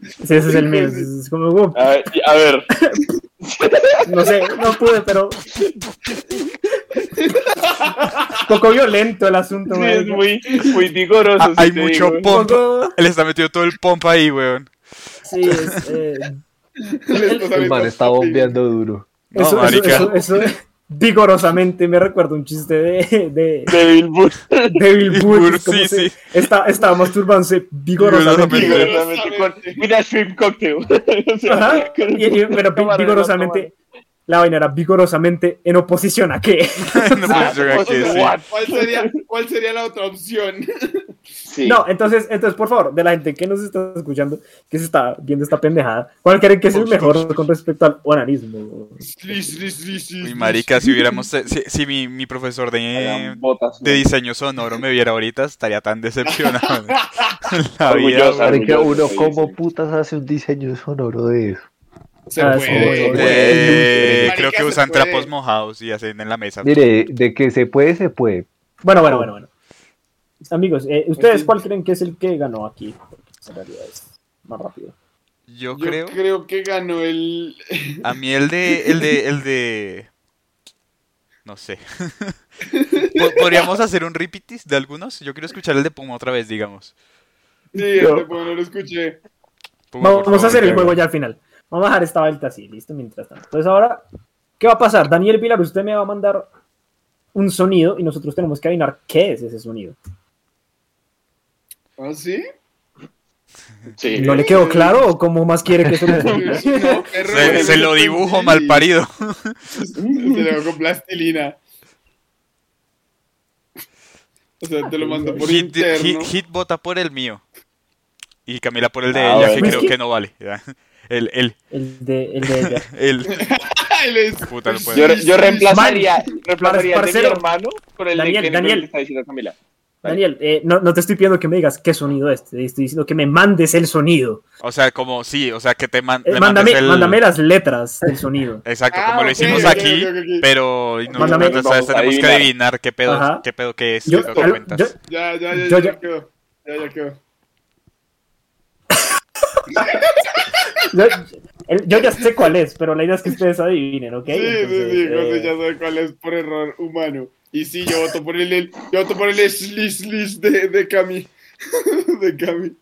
[SPEAKER 2] Sí, ese es el mío. Es es como, uh,
[SPEAKER 3] A ver, a ver,
[SPEAKER 2] No sé, no pude, pero. Poco violento el asunto,
[SPEAKER 3] sí,
[SPEAKER 2] marica.
[SPEAKER 3] es muy, muy vigoroso.
[SPEAKER 5] Ah,
[SPEAKER 3] sí
[SPEAKER 5] hay
[SPEAKER 3] te
[SPEAKER 5] mucho
[SPEAKER 3] digo.
[SPEAKER 5] pop.
[SPEAKER 2] Poco-
[SPEAKER 5] Él está metido todo el pompa ahí, weón.
[SPEAKER 2] Sí, es. eh,
[SPEAKER 4] Le está
[SPEAKER 6] El
[SPEAKER 4] saliendo
[SPEAKER 6] man está bombeando duro.
[SPEAKER 5] No,
[SPEAKER 2] eso, eso,
[SPEAKER 5] marica.
[SPEAKER 2] eso, eso- vigorosamente me recuerda un chiste de. de
[SPEAKER 3] De Bilbo.
[SPEAKER 2] de Bill Burr,
[SPEAKER 5] Burr,
[SPEAKER 2] es como
[SPEAKER 5] sí,
[SPEAKER 2] si
[SPEAKER 5] sí.
[SPEAKER 2] Está, estaba masturbándose vigorosamente.
[SPEAKER 5] Vigorosamente.
[SPEAKER 3] vigorosamente con with a shrimp cocktail. O sea,
[SPEAKER 2] Ajá,
[SPEAKER 3] con-
[SPEAKER 2] y- y- pero vi-
[SPEAKER 3] Tómalo,
[SPEAKER 2] vigorosamente. La vaina era vigorosamente en oposición a qué.
[SPEAKER 5] No puedo
[SPEAKER 3] Ah,
[SPEAKER 5] llegar
[SPEAKER 3] o
[SPEAKER 5] aquí,
[SPEAKER 3] sea,
[SPEAKER 5] sí.
[SPEAKER 3] what?
[SPEAKER 4] ¿Cuál sería, ¿Cuál sería la otra opción?
[SPEAKER 3] Sí.
[SPEAKER 2] No, entonces, entonces, por favor, de la gente que nos está escuchando, que se está viendo esta pendejada, ¿cuál creen que es el mejor con respecto al onanismo?
[SPEAKER 4] Sí, sí, sí, sí,
[SPEAKER 5] Uy,
[SPEAKER 4] sí.
[SPEAKER 5] marica, si hubiéramos. eh, Si, si mi, mi profesor de,
[SPEAKER 3] Hagan botas.
[SPEAKER 5] de diseño sonoro me viera ahorita, estaría tan decepcionado. La vida,
[SPEAKER 3] Orgullosa.
[SPEAKER 5] weón.
[SPEAKER 6] Marica, uno,
[SPEAKER 3] orgulloso,
[SPEAKER 6] ¿cómo
[SPEAKER 3] sí.
[SPEAKER 6] putas hace un diseño sonoro de eso?
[SPEAKER 4] Se
[SPEAKER 2] Ah,
[SPEAKER 4] puede.
[SPEAKER 2] sí,
[SPEAKER 4] güey.
[SPEAKER 5] Eh,
[SPEAKER 4] Marica,
[SPEAKER 5] creo que
[SPEAKER 4] se
[SPEAKER 5] usan
[SPEAKER 4] puede.
[SPEAKER 5] trapos mojados y hacen en la mesa.
[SPEAKER 6] Mire, de que se puede, se puede.
[SPEAKER 2] Bueno, bueno, bueno, bueno. Amigos, eh, ¿ustedes cuál creen que es el que ganó aquí? Porque en realidad es más rápido.
[SPEAKER 5] Yo
[SPEAKER 4] Yo
[SPEAKER 5] creo.
[SPEAKER 4] creo... que ganó el.
[SPEAKER 5] A mí el de. El de. El de. No sé. Po- Podríamos hacer un repeatis de algunos. Yo quiero escuchar el de Puma otra vez, digamos.
[SPEAKER 4] Sí,
[SPEAKER 6] Yo-
[SPEAKER 4] este, bueno, lo escuché.
[SPEAKER 5] Puma,
[SPEAKER 2] Vamos a
[SPEAKER 5] por favor.
[SPEAKER 2] hacer el
[SPEAKER 6] Ricardo.
[SPEAKER 2] juego ya al final. Vamos a dejar esta vuelta así, listo, mientras tanto. Entonces ahora, ¿qué va a pasar? Daniel Pilar, usted me va a mandar un sonido y nosotros tenemos que adivinar qué es ese sonido.
[SPEAKER 4] ¿Ah, sí?
[SPEAKER 3] Sí.
[SPEAKER 2] ¿No le quedó claro o cómo más quiere que
[SPEAKER 4] No,
[SPEAKER 2] solucione?
[SPEAKER 4] perro,
[SPEAKER 5] Se, se lo dibujo mal parido.
[SPEAKER 4] Se lo hago con plastilina. O sea, te lo mando por
[SPEAKER 5] Hit,
[SPEAKER 4] interno.
[SPEAKER 5] Hit- Hit vota por el mío. Y Camila por el de
[SPEAKER 3] Ah,
[SPEAKER 5] ella, que
[SPEAKER 3] bueno.
[SPEAKER 5] creo que no vale. ya. El, el,
[SPEAKER 2] El de, el de ella.
[SPEAKER 5] el.
[SPEAKER 4] Ay, les-
[SPEAKER 5] Puta, no puedo.
[SPEAKER 3] Yo, yo reemplazaría, reemplazaría el de mi
[SPEAKER 2] Parcero.
[SPEAKER 3] hermano por el
[SPEAKER 2] Daniel,
[SPEAKER 3] de que
[SPEAKER 2] Daniel.
[SPEAKER 3] está diciendo Camila.
[SPEAKER 2] Daniel, eh, no, no te estoy pidiendo que me digas qué sonido es, te estoy diciendo que me mandes el sonido.
[SPEAKER 5] O sea, como sí, o sea, que te man-
[SPEAKER 2] Eh,
[SPEAKER 5] le mandes
[SPEAKER 2] mándame,
[SPEAKER 5] el-
[SPEAKER 2] mándame las letras del sonido.
[SPEAKER 5] Exacto,
[SPEAKER 4] Ah,
[SPEAKER 5] como lo
[SPEAKER 4] ok,
[SPEAKER 5] hicimos
[SPEAKER 4] ok,
[SPEAKER 5] aquí,
[SPEAKER 4] ok, ok.
[SPEAKER 5] pero no,
[SPEAKER 2] Mándame-
[SPEAKER 5] no, entonces
[SPEAKER 3] Vamos a
[SPEAKER 5] tenemos que
[SPEAKER 3] adivinar.
[SPEAKER 5] adivinar qué pedo,
[SPEAKER 2] Ajá.
[SPEAKER 5] qué pedo que es,
[SPEAKER 2] Yo,
[SPEAKER 5] qué pedo
[SPEAKER 2] al-
[SPEAKER 5] cuentas.
[SPEAKER 2] yo-
[SPEAKER 4] Ya, ya, ya,
[SPEAKER 2] Yo
[SPEAKER 4] ya,
[SPEAKER 2] ya-
[SPEAKER 4] quedó. Ya, ya quedó.
[SPEAKER 2] Yo, yo ya sé cuál es, pero la idea es que ustedes adivinen, ¿ok?
[SPEAKER 4] Sí, sí,
[SPEAKER 2] Entonces,
[SPEAKER 4] sí, José
[SPEAKER 2] eh,
[SPEAKER 4] ya sabe cuál es por error humano. Y sí, yo voto por el, yo voto por el slis slis de, de Cami. de Cami.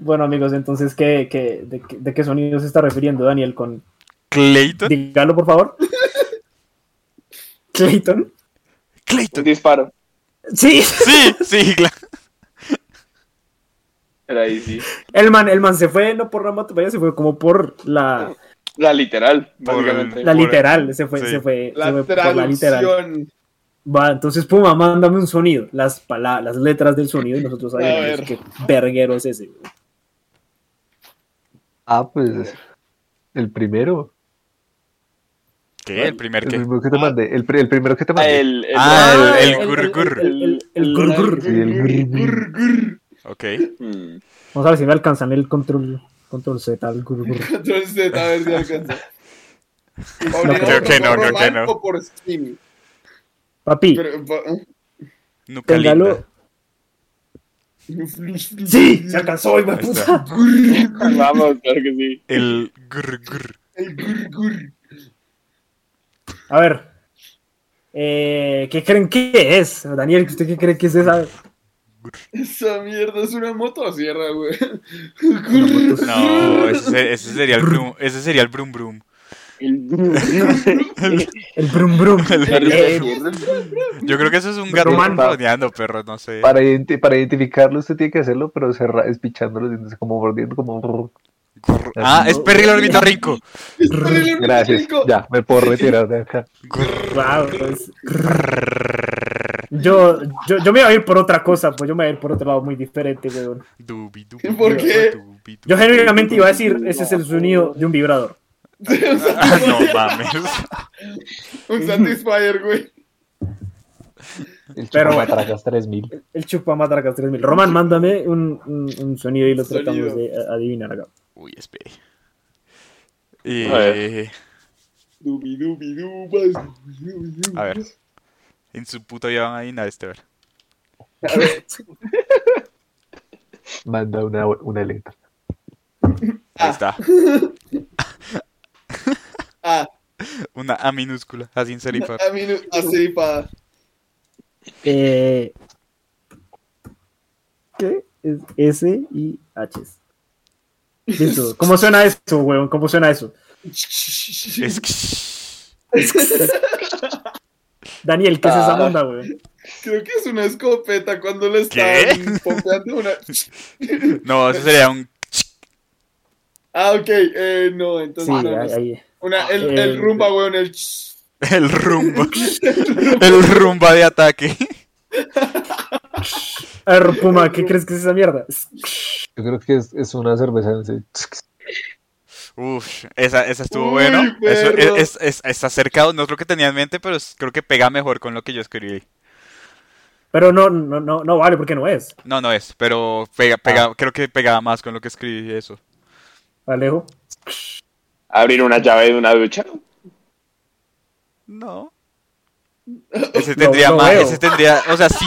[SPEAKER 2] Bueno, amigos, entonces, ¿qué, qué, de, qué- de qué sonido se está refiriendo Daniel con...
[SPEAKER 5] Clayton.
[SPEAKER 2] Dígalo, por favor. ¿Clayton?
[SPEAKER 3] Un
[SPEAKER 5] Clayton.
[SPEAKER 3] disparo.
[SPEAKER 2] Sí,
[SPEAKER 5] Sí, sí, claro.
[SPEAKER 3] Era ahí, sí.
[SPEAKER 2] el man, el man se fue, no por la motoría, se fue como por la,
[SPEAKER 3] La literal,
[SPEAKER 5] Por
[SPEAKER 3] básicamente.
[SPEAKER 5] el-
[SPEAKER 2] la
[SPEAKER 5] Por-
[SPEAKER 2] literal, se fue,
[SPEAKER 5] sí.
[SPEAKER 2] se fue, se
[SPEAKER 4] La
[SPEAKER 2] fue por la literal.
[SPEAKER 4] traducción.
[SPEAKER 2] Va, entonces, Puma, mándame un sonido, las palabras, las letras del sonido y nosotros
[SPEAKER 4] A
[SPEAKER 2] sabemos
[SPEAKER 4] ver.
[SPEAKER 2] qué verguero es ese. güey.
[SPEAKER 6] Ah, pues el primero.
[SPEAKER 5] ¿Qué? ¿El primer
[SPEAKER 6] El
[SPEAKER 5] qué?
[SPEAKER 6] primero que te mandé. El, pri- el primero que te
[SPEAKER 3] Ah,
[SPEAKER 6] mandé.
[SPEAKER 3] el- el-
[SPEAKER 5] Ah, el- el
[SPEAKER 2] el,
[SPEAKER 5] gurgur.
[SPEAKER 2] el- el- el gurgur.
[SPEAKER 6] Sí, el grrr, grrr.
[SPEAKER 5] Ok.
[SPEAKER 3] Mm.
[SPEAKER 2] Vamos a ver si me alcanzan el control, control Z, el gurgur.
[SPEAKER 4] Control Z, a ver si alcanza.
[SPEAKER 2] No
[SPEAKER 5] creo que no,
[SPEAKER 4] ¿por
[SPEAKER 5] creo que
[SPEAKER 4] Román
[SPEAKER 5] no.
[SPEAKER 4] o por Steam?
[SPEAKER 2] Papi,
[SPEAKER 4] Pero, ah, po-
[SPEAKER 5] Nuca
[SPEAKER 2] téngalo.
[SPEAKER 5] linda.
[SPEAKER 2] Sí, se alcanzó, hijo de
[SPEAKER 5] Ahí
[SPEAKER 2] puta.
[SPEAKER 3] Vamos, claro que sí.
[SPEAKER 5] El grr, grr.
[SPEAKER 4] el gur, gur.
[SPEAKER 2] A ver. Eh, ¿Qué creen que es? Daniel, ¿usted qué cree que es esa?
[SPEAKER 4] Esa mierda es una motosierra, güey.
[SPEAKER 5] No, ese, se- ese sería el brum, ese sería el brum brum.
[SPEAKER 2] El brum brum. Eh,
[SPEAKER 5] Yo creo que eso es un gato
[SPEAKER 2] Román.
[SPEAKER 5] rodeando, perro, no sé.
[SPEAKER 6] Para, identi- para identificarlo, usted tiene que hacerlo, pero cerra- espichando los dientes, como mordiendo, como. brrr.
[SPEAKER 5] Grr. Ah, es Perry el ornitorrinco.
[SPEAKER 6] Gracias. Ya, me puedo retirar de acá.
[SPEAKER 5] Grr.
[SPEAKER 2] wow, pues, yo, yo, yo me iba a ir por otra cosa, pues yo me iba a ir por otro lado muy diferente, weón.
[SPEAKER 5] Dubi, dubi,
[SPEAKER 4] ¿Por
[SPEAKER 5] dubi,
[SPEAKER 4] qué?
[SPEAKER 5] dubi, dubi.
[SPEAKER 2] Yo genuinamente iba a decir, ese es el sonido de un vibrador.
[SPEAKER 5] Ah, no mames.
[SPEAKER 4] Un Satisfyer, güey.
[SPEAKER 6] El
[SPEAKER 2] Pero-
[SPEAKER 6] chico Matracas 3000.
[SPEAKER 2] El chupamatracas 3000. Román, mándame un, un- un sonido y lo tratamos
[SPEAKER 4] Sonido.
[SPEAKER 2] de a- adivinar acá.
[SPEAKER 5] Uy, espere.
[SPEAKER 3] A
[SPEAKER 5] Eh,
[SPEAKER 4] Dubi, dubi, dubas, dubi, dubi, dubas.
[SPEAKER 5] a ver. En su puta vida van a adivinar este, a ver.
[SPEAKER 6] Manda una, una letra.
[SPEAKER 5] Ahí está.
[SPEAKER 4] Ah,
[SPEAKER 5] Una A minúscula, así en serifa.
[SPEAKER 4] a mí no. ah, Así para.
[SPEAKER 2] Eh, ¿Qué? Es S y H. Listo. ¿Cómo suena eso, weón? ¿Cómo suena eso?
[SPEAKER 5] Es que-
[SPEAKER 2] Daniel, ¿qué es esa
[SPEAKER 3] Ah.
[SPEAKER 2] onda, weón?
[SPEAKER 4] Creo que es una escopeta cuando le
[SPEAKER 5] ¿Qué?
[SPEAKER 4] están pompeando una.
[SPEAKER 5] No, eso sería un.
[SPEAKER 4] Ah, ok. Eh, no,
[SPEAKER 2] Sí,
[SPEAKER 4] entonces. no, no
[SPEAKER 2] ahí,
[SPEAKER 4] sé.
[SPEAKER 2] ahí.
[SPEAKER 4] Una, el,
[SPEAKER 2] Eh,
[SPEAKER 4] el rumba, weón, el...
[SPEAKER 5] El rumba. El rumba de ataque.
[SPEAKER 2] A ver, Puma, ¿qué crees que es esa mierda?
[SPEAKER 6] Yo creo que es, es una cerveza. no sé.
[SPEAKER 5] Uf, esa, esa estuvo
[SPEAKER 4] Uy,
[SPEAKER 5] bueno. Eso,
[SPEAKER 4] perro.
[SPEAKER 5] es, es, es- está cerca, no es lo que tenía en mente, pero es- creo que pega mejor con lo que yo escribí.
[SPEAKER 2] Pero no, no, no, no vale, porque no es.
[SPEAKER 5] No, no es, pero pega, pega,
[SPEAKER 4] Ah.
[SPEAKER 5] creo que pegaba más con lo que escribí eso.
[SPEAKER 2] Alejo.
[SPEAKER 3] Abrir una llave de una ducha.
[SPEAKER 5] No. Ese
[SPEAKER 2] Lo-
[SPEAKER 5] tendría
[SPEAKER 2] lo
[SPEAKER 5] más,
[SPEAKER 2] veo.
[SPEAKER 5] ese tendría, o sea, sí.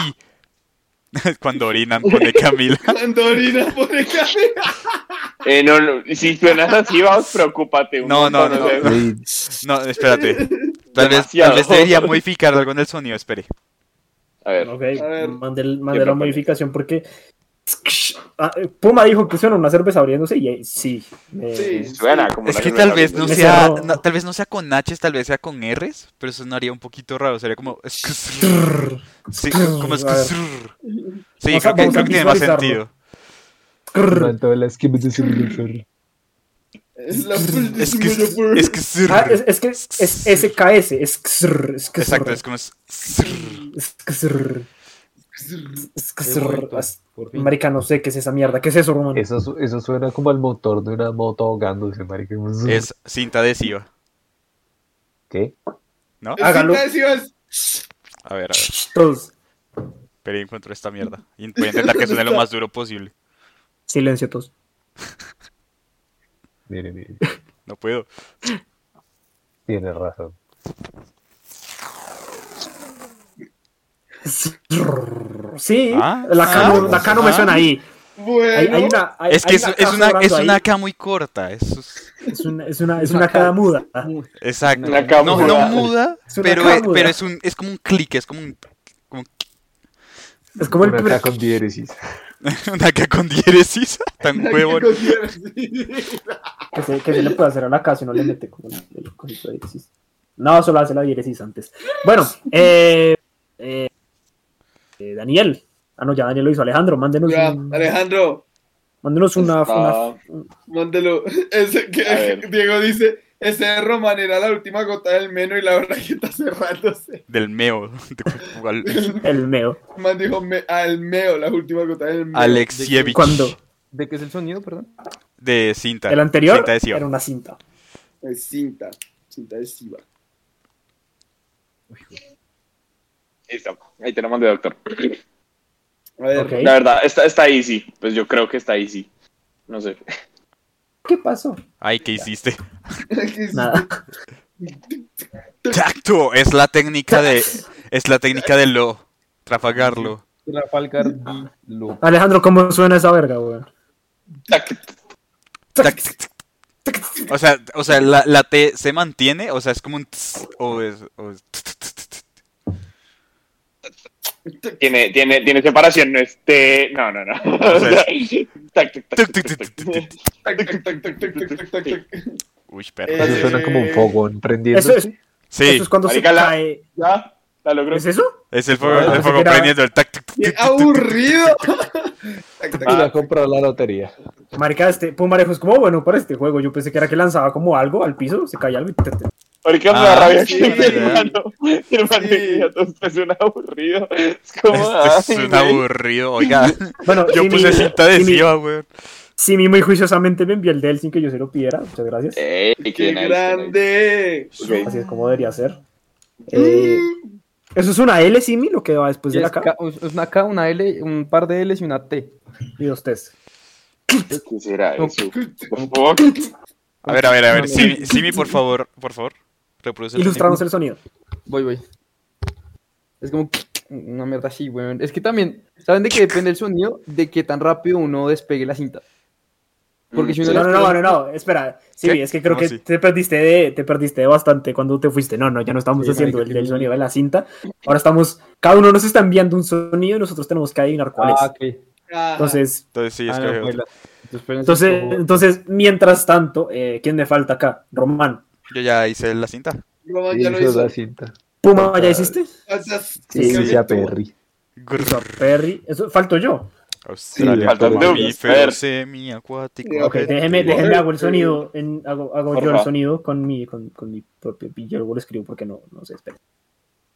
[SPEAKER 5] Cuando orinan, pone Camila.
[SPEAKER 4] Cuando orina por el cabello.
[SPEAKER 3] Eh, no, no, si suenas así, vamos, preocúpate. un
[SPEAKER 5] No, no,
[SPEAKER 3] montón,
[SPEAKER 5] no,
[SPEAKER 3] o sea,
[SPEAKER 5] no.
[SPEAKER 6] Sí,
[SPEAKER 5] No, espérate. Tal vez, tal
[SPEAKER 3] Demasiado.
[SPEAKER 5] vez debería modificar algo en el sonido, espere.
[SPEAKER 3] A ver.
[SPEAKER 2] Ok,
[SPEAKER 4] A ver.
[SPEAKER 2] mandé, el-
[SPEAKER 3] Yo
[SPEAKER 2] mandé la
[SPEAKER 3] propongo.
[SPEAKER 2] modificación porque. Ah, eh, Puma dijo que suena una cerveza abriéndose y eh, sí. eh,
[SPEAKER 4] Sí.
[SPEAKER 3] Suena como
[SPEAKER 5] Es
[SPEAKER 3] la
[SPEAKER 5] que
[SPEAKER 3] me
[SPEAKER 5] tal
[SPEAKER 3] la
[SPEAKER 5] vez
[SPEAKER 3] venden.
[SPEAKER 5] no
[SPEAKER 2] Me
[SPEAKER 5] sea,
[SPEAKER 2] cerró.
[SPEAKER 5] no- tal vez no sea con H's, tal vez sea con R's, pero eso no haría un poquito raro, sería como Sí, como es
[SPEAKER 2] A ver.
[SPEAKER 5] Sí,
[SPEAKER 2] Vamos a-
[SPEAKER 5] creo que,
[SPEAKER 2] vamos a
[SPEAKER 5] creo que tiene más
[SPEAKER 2] visualizarlo.
[SPEAKER 5] sentido.
[SPEAKER 2] crrr.
[SPEAKER 6] Manda las que me desen-
[SPEAKER 4] Es la full
[SPEAKER 5] Es que
[SPEAKER 4] disimulio por-
[SPEAKER 5] es que
[SPEAKER 2] Ah, es, es que es SKS, es XR, es XR,
[SPEAKER 5] Exacto, es como es
[SPEAKER 2] es XR, es
[SPEAKER 8] He
[SPEAKER 2] XR,
[SPEAKER 8] vuelto,
[SPEAKER 2] es-
[SPEAKER 8] por fin.
[SPEAKER 2] Marica, no sé qué es esa mierda, ¿qué es eso, Román?
[SPEAKER 6] Eso, su- eso suena como al motor de una moto ahogándose, marica.
[SPEAKER 5] es cinta adhesiva.
[SPEAKER 6] ¿Qué?
[SPEAKER 5] ¿No?
[SPEAKER 4] Es
[SPEAKER 2] hágalo.
[SPEAKER 4] intensidad.
[SPEAKER 5] A ver, a ver.
[SPEAKER 2] Todos,
[SPEAKER 5] Pero encuentro esta mierda. Y Voy a intentar que suene lo más duro posible.
[SPEAKER 2] silencio todos.
[SPEAKER 6] Mire, mire,
[SPEAKER 5] No puedo.
[SPEAKER 6] tiene razón.
[SPEAKER 2] Sí,
[SPEAKER 5] Ah,
[SPEAKER 2] la
[SPEAKER 5] ah,
[SPEAKER 2] cano, la cano me
[SPEAKER 5] ah.
[SPEAKER 2] suena ahí.
[SPEAKER 4] Bueno,
[SPEAKER 2] Hay, hay una, hay-
[SPEAKER 5] Es que
[SPEAKER 2] hay
[SPEAKER 5] es,
[SPEAKER 2] K
[SPEAKER 5] es una, es
[SPEAKER 2] sobrando ahí.
[SPEAKER 5] una K muy corta. eso es-
[SPEAKER 2] Es una, es una, es
[SPEAKER 8] Una
[SPEAKER 2] una
[SPEAKER 8] K.
[SPEAKER 2] cara muda.
[SPEAKER 5] Exacto.
[SPEAKER 3] Una K
[SPEAKER 5] no,
[SPEAKER 3] muda.
[SPEAKER 5] no muda,
[SPEAKER 2] Es una
[SPEAKER 5] pero,
[SPEAKER 2] K
[SPEAKER 5] es,
[SPEAKER 2] muda.
[SPEAKER 5] pero es, un, es como un clic, es como, un- como
[SPEAKER 2] Es como el
[SPEAKER 6] Una
[SPEAKER 2] primer-
[SPEAKER 6] K con diéresis.
[SPEAKER 5] una K con diéresis. Tan huevón.
[SPEAKER 2] que se, que se le puede hacer a la casa si no le mete como el, el cosito de diéresis. No, solo hace la diéresis antes. Bueno, eh, eh, eh, Daniel. Ah, no, ya Daniel lo hizo. Alejandro, mándenos,
[SPEAKER 4] Ya,
[SPEAKER 2] un-
[SPEAKER 4] Alejandro,
[SPEAKER 2] mándenos una,
[SPEAKER 3] Ah,
[SPEAKER 2] una-
[SPEAKER 4] mándelo. Ese que-
[SPEAKER 3] A ver.
[SPEAKER 4] Diego dice, ese Roman era la última gota del meno y la bragueta cerrándose.
[SPEAKER 5] Del meo. de-
[SPEAKER 2] el meo.
[SPEAKER 4] El man dijo me- al meo, la última gota del meo.
[SPEAKER 5] Alexievich.
[SPEAKER 2] Cuando
[SPEAKER 8] ¿De qué es el sonido, perdón?
[SPEAKER 5] De cinta.
[SPEAKER 2] el anterior
[SPEAKER 5] Cinta adhesiva.
[SPEAKER 2] era una cinta.
[SPEAKER 4] Es cinta, cinta adhesiva.
[SPEAKER 3] Listo, ahí te lo mandé, doctor.
[SPEAKER 4] A ver,
[SPEAKER 2] Ok.
[SPEAKER 3] La verdad, está, está easy. Pues yo creo que está easy. No sé.
[SPEAKER 2] ¿Qué pasó?
[SPEAKER 5] Ay, ¿qué hiciste?
[SPEAKER 4] ¿qué es-
[SPEAKER 2] Nada.
[SPEAKER 5] Tacto. Es la técnica de. Es la técnica de lo. Trafagarlo.
[SPEAKER 8] Trafalgar D. Lo.
[SPEAKER 2] Alejandro, ¿cómo suena esa verga, weón?
[SPEAKER 5] Tac- O sea, o sea la, la T se mantiene, o sea, es como un tss, o es, o es tss, tss, tss, tss.
[SPEAKER 3] Tiene, tiene, tiene separación, no es T. No, no, no.
[SPEAKER 5] O sea,
[SPEAKER 3] Tac, tac, tac,
[SPEAKER 5] tuc, tuc,
[SPEAKER 3] tac,
[SPEAKER 5] tuc,
[SPEAKER 3] tac,
[SPEAKER 5] tuc, tuc,
[SPEAKER 3] tac.
[SPEAKER 5] tuc.
[SPEAKER 4] tac, tac, tac, tac, tac, tac, tac, tac.
[SPEAKER 5] Uy,
[SPEAKER 4] Eh,
[SPEAKER 5] perro.
[SPEAKER 6] Eso suena como un fogón prendiendo.
[SPEAKER 2] Eso es,
[SPEAKER 5] Sí,
[SPEAKER 2] eso es cuando
[SPEAKER 3] Marica,
[SPEAKER 2] se
[SPEAKER 3] la-
[SPEAKER 2] cae.
[SPEAKER 3] Ya, la logró.
[SPEAKER 2] ¿Es eso?
[SPEAKER 5] es el fuego,
[SPEAKER 2] Ah, pensé
[SPEAKER 5] el fuego
[SPEAKER 2] que era-
[SPEAKER 5] prendiendo el tac, tuc, tuc,
[SPEAKER 4] ¡Qué
[SPEAKER 5] tuc, tuc, tuc.
[SPEAKER 4] aburrido! Tac, tac,
[SPEAKER 6] Y
[SPEAKER 3] Ah,
[SPEAKER 2] Ah,
[SPEAKER 6] la comprado la lotería.
[SPEAKER 2] Marica, este Pumarejo es como bueno para este juego. Yo pensé que era que lanzaba como algo al piso, se caía algo y te- te-
[SPEAKER 3] Ahorita me
[SPEAKER 5] Ah,
[SPEAKER 3] da rabia
[SPEAKER 5] sí,
[SPEAKER 3] que mi
[SPEAKER 5] ¿verdad?
[SPEAKER 3] hermano, mi hermano
[SPEAKER 4] Sí.
[SPEAKER 3] me dijo, "Esto es un aburrido. Es como,
[SPEAKER 2] ah,
[SPEAKER 5] Este es
[SPEAKER 3] ay,
[SPEAKER 5] un
[SPEAKER 3] güey.
[SPEAKER 5] aburrido, oiga.
[SPEAKER 2] Bueno,
[SPEAKER 5] Yo
[SPEAKER 2] si mi-
[SPEAKER 5] puse cinta
[SPEAKER 2] si mi-
[SPEAKER 5] adhesiva, weón.
[SPEAKER 2] Si mi muy juiciosamente me envió el de él sin que yo se lo pidiera, muchas gracias.
[SPEAKER 8] Eh.
[SPEAKER 3] Ey,
[SPEAKER 4] ¡Qué
[SPEAKER 3] nice,
[SPEAKER 4] grande! Mm,
[SPEAKER 3] nice. Ok.
[SPEAKER 2] Así es como debería ser. Eh, eso es una L, Simi, lo que va después de
[SPEAKER 8] Mm. Pues Es,
[SPEAKER 2] la K.
[SPEAKER 8] K- es una K, una L, un par de L's y una T.
[SPEAKER 2] Y dos T's.
[SPEAKER 3] ¿Qué será
[SPEAKER 8] No.
[SPEAKER 3] eso? Por favor.
[SPEAKER 5] A ver, a ver, a ver,
[SPEAKER 8] No,
[SPEAKER 5] Simi, Simi, por favor, por favor, reproduce el
[SPEAKER 2] Ilustramos el sonido.
[SPEAKER 8] Voy, voy. Es como una mierda así, weón. Es que también, ¿saben de qué depende el sonido? De qué tan rápido uno despegue la cinta. Porque si uno
[SPEAKER 2] Mm, No, no,
[SPEAKER 8] la
[SPEAKER 2] no,
[SPEAKER 8] despega-
[SPEAKER 2] no, no, espera. Simi,
[SPEAKER 5] ¿Qué?
[SPEAKER 2] es que creo
[SPEAKER 5] No,
[SPEAKER 2] que
[SPEAKER 5] sí.
[SPEAKER 2] te perdiste de, te perdiste bastante cuando te fuiste. No, no, ya no estamos
[SPEAKER 8] Sí,
[SPEAKER 2] haciendo
[SPEAKER 8] marica,
[SPEAKER 2] el, del
[SPEAKER 8] sí.
[SPEAKER 2] sonido de la cinta. Ahora estamos, cada uno nos está enviando un sonido y nosotros tenemos que adivinar cuál
[SPEAKER 8] Ah,
[SPEAKER 2] es.
[SPEAKER 8] ok.
[SPEAKER 4] Ajá.
[SPEAKER 2] Entonces,
[SPEAKER 5] Entonces sí,
[SPEAKER 8] Ah,
[SPEAKER 5] es
[SPEAKER 8] no,
[SPEAKER 5] que
[SPEAKER 2] pues,
[SPEAKER 8] baila. Entonces,
[SPEAKER 2] entonces,
[SPEAKER 8] espérense,
[SPEAKER 2] entonces, mientras tanto, eh, ¿quién me falta acá? Román.
[SPEAKER 5] yo ya hice la cinta.
[SPEAKER 4] Roman Oh, ya lo
[SPEAKER 6] Hizo
[SPEAKER 4] hizo.
[SPEAKER 6] la cinta.
[SPEAKER 2] Puma, ¿ya hiciste?
[SPEAKER 4] Gracias.
[SPEAKER 2] Sí,
[SPEAKER 6] Sí,
[SPEAKER 2] sí,
[SPEAKER 6] sí, a Perry.
[SPEAKER 2] Hizo a Perry. Eso, falto yo.
[SPEAKER 5] Australia,
[SPEAKER 6] falta el de
[SPEAKER 3] un- a
[SPEAKER 5] mamífero
[SPEAKER 3] ver.
[SPEAKER 5] semiacuático.
[SPEAKER 2] Ok, déjeme,
[SPEAKER 5] objetivo.
[SPEAKER 2] déjeme hago el sonido, en- hago, hago yo el
[SPEAKER 3] Porfa.
[SPEAKER 2] sonido con mi, con, con mi propio, y yo luego lo escribo porque no, no sé, espera.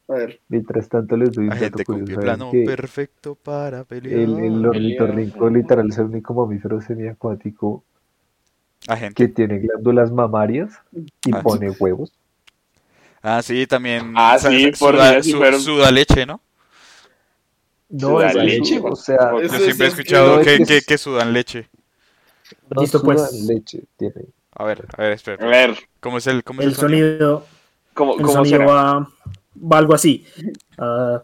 [SPEAKER 4] A ver.
[SPEAKER 6] Mientras tanto les doy
[SPEAKER 5] La
[SPEAKER 6] un dato
[SPEAKER 5] gente con
[SPEAKER 6] curioso.
[SPEAKER 5] pie
[SPEAKER 6] ¿saben
[SPEAKER 5] plano
[SPEAKER 6] que
[SPEAKER 5] perfecto para pelear.
[SPEAKER 6] El, el ornitorrinco literal es el único mamífero semiacuático
[SPEAKER 5] Ah, gente.
[SPEAKER 6] que tiene glándulas mamarias y
[SPEAKER 5] Ah, sí.
[SPEAKER 6] pone huevos.
[SPEAKER 5] Ah, sí, también.
[SPEAKER 3] Ah,
[SPEAKER 5] sa-
[SPEAKER 3] sí,
[SPEAKER 5] sa-
[SPEAKER 3] por
[SPEAKER 5] suda,
[SPEAKER 3] Dios, si
[SPEAKER 5] su-
[SPEAKER 3] fueron-
[SPEAKER 5] suda leche, ¿no?
[SPEAKER 2] No,
[SPEAKER 3] La
[SPEAKER 2] es-
[SPEAKER 3] leche,
[SPEAKER 6] O sea,
[SPEAKER 5] Yo
[SPEAKER 4] Eso sí
[SPEAKER 5] siempre he
[SPEAKER 4] es que
[SPEAKER 5] escuchado
[SPEAKER 6] no, es
[SPEAKER 5] que,
[SPEAKER 6] que
[SPEAKER 5] que,
[SPEAKER 6] es-
[SPEAKER 5] que sudan leche.
[SPEAKER 6] no
[SPEAKER 2] Listo,
[SPEAKER 6] sudan
[SPEAKER 2] pues.
[SPEAKER 6] leche tiene.
[SPEAKER 5] A ver, a ver, espera.
[SPEAKER 3] A
[SPEAKER 5] espera.
[SPEAKER 3] ver,
[SPEAKER 5] ¿Cómo es el, cómo es
[SPEAKER 2] el sonido,
[SPEAKER 3] ¿cómo,
[SPEAKER 2] el
[SPEAKER 3] cómo
[SPEAKER 2] sonido
[SPEAKER 3] será?
[SPEAKER 2] va, va algo así. Ah,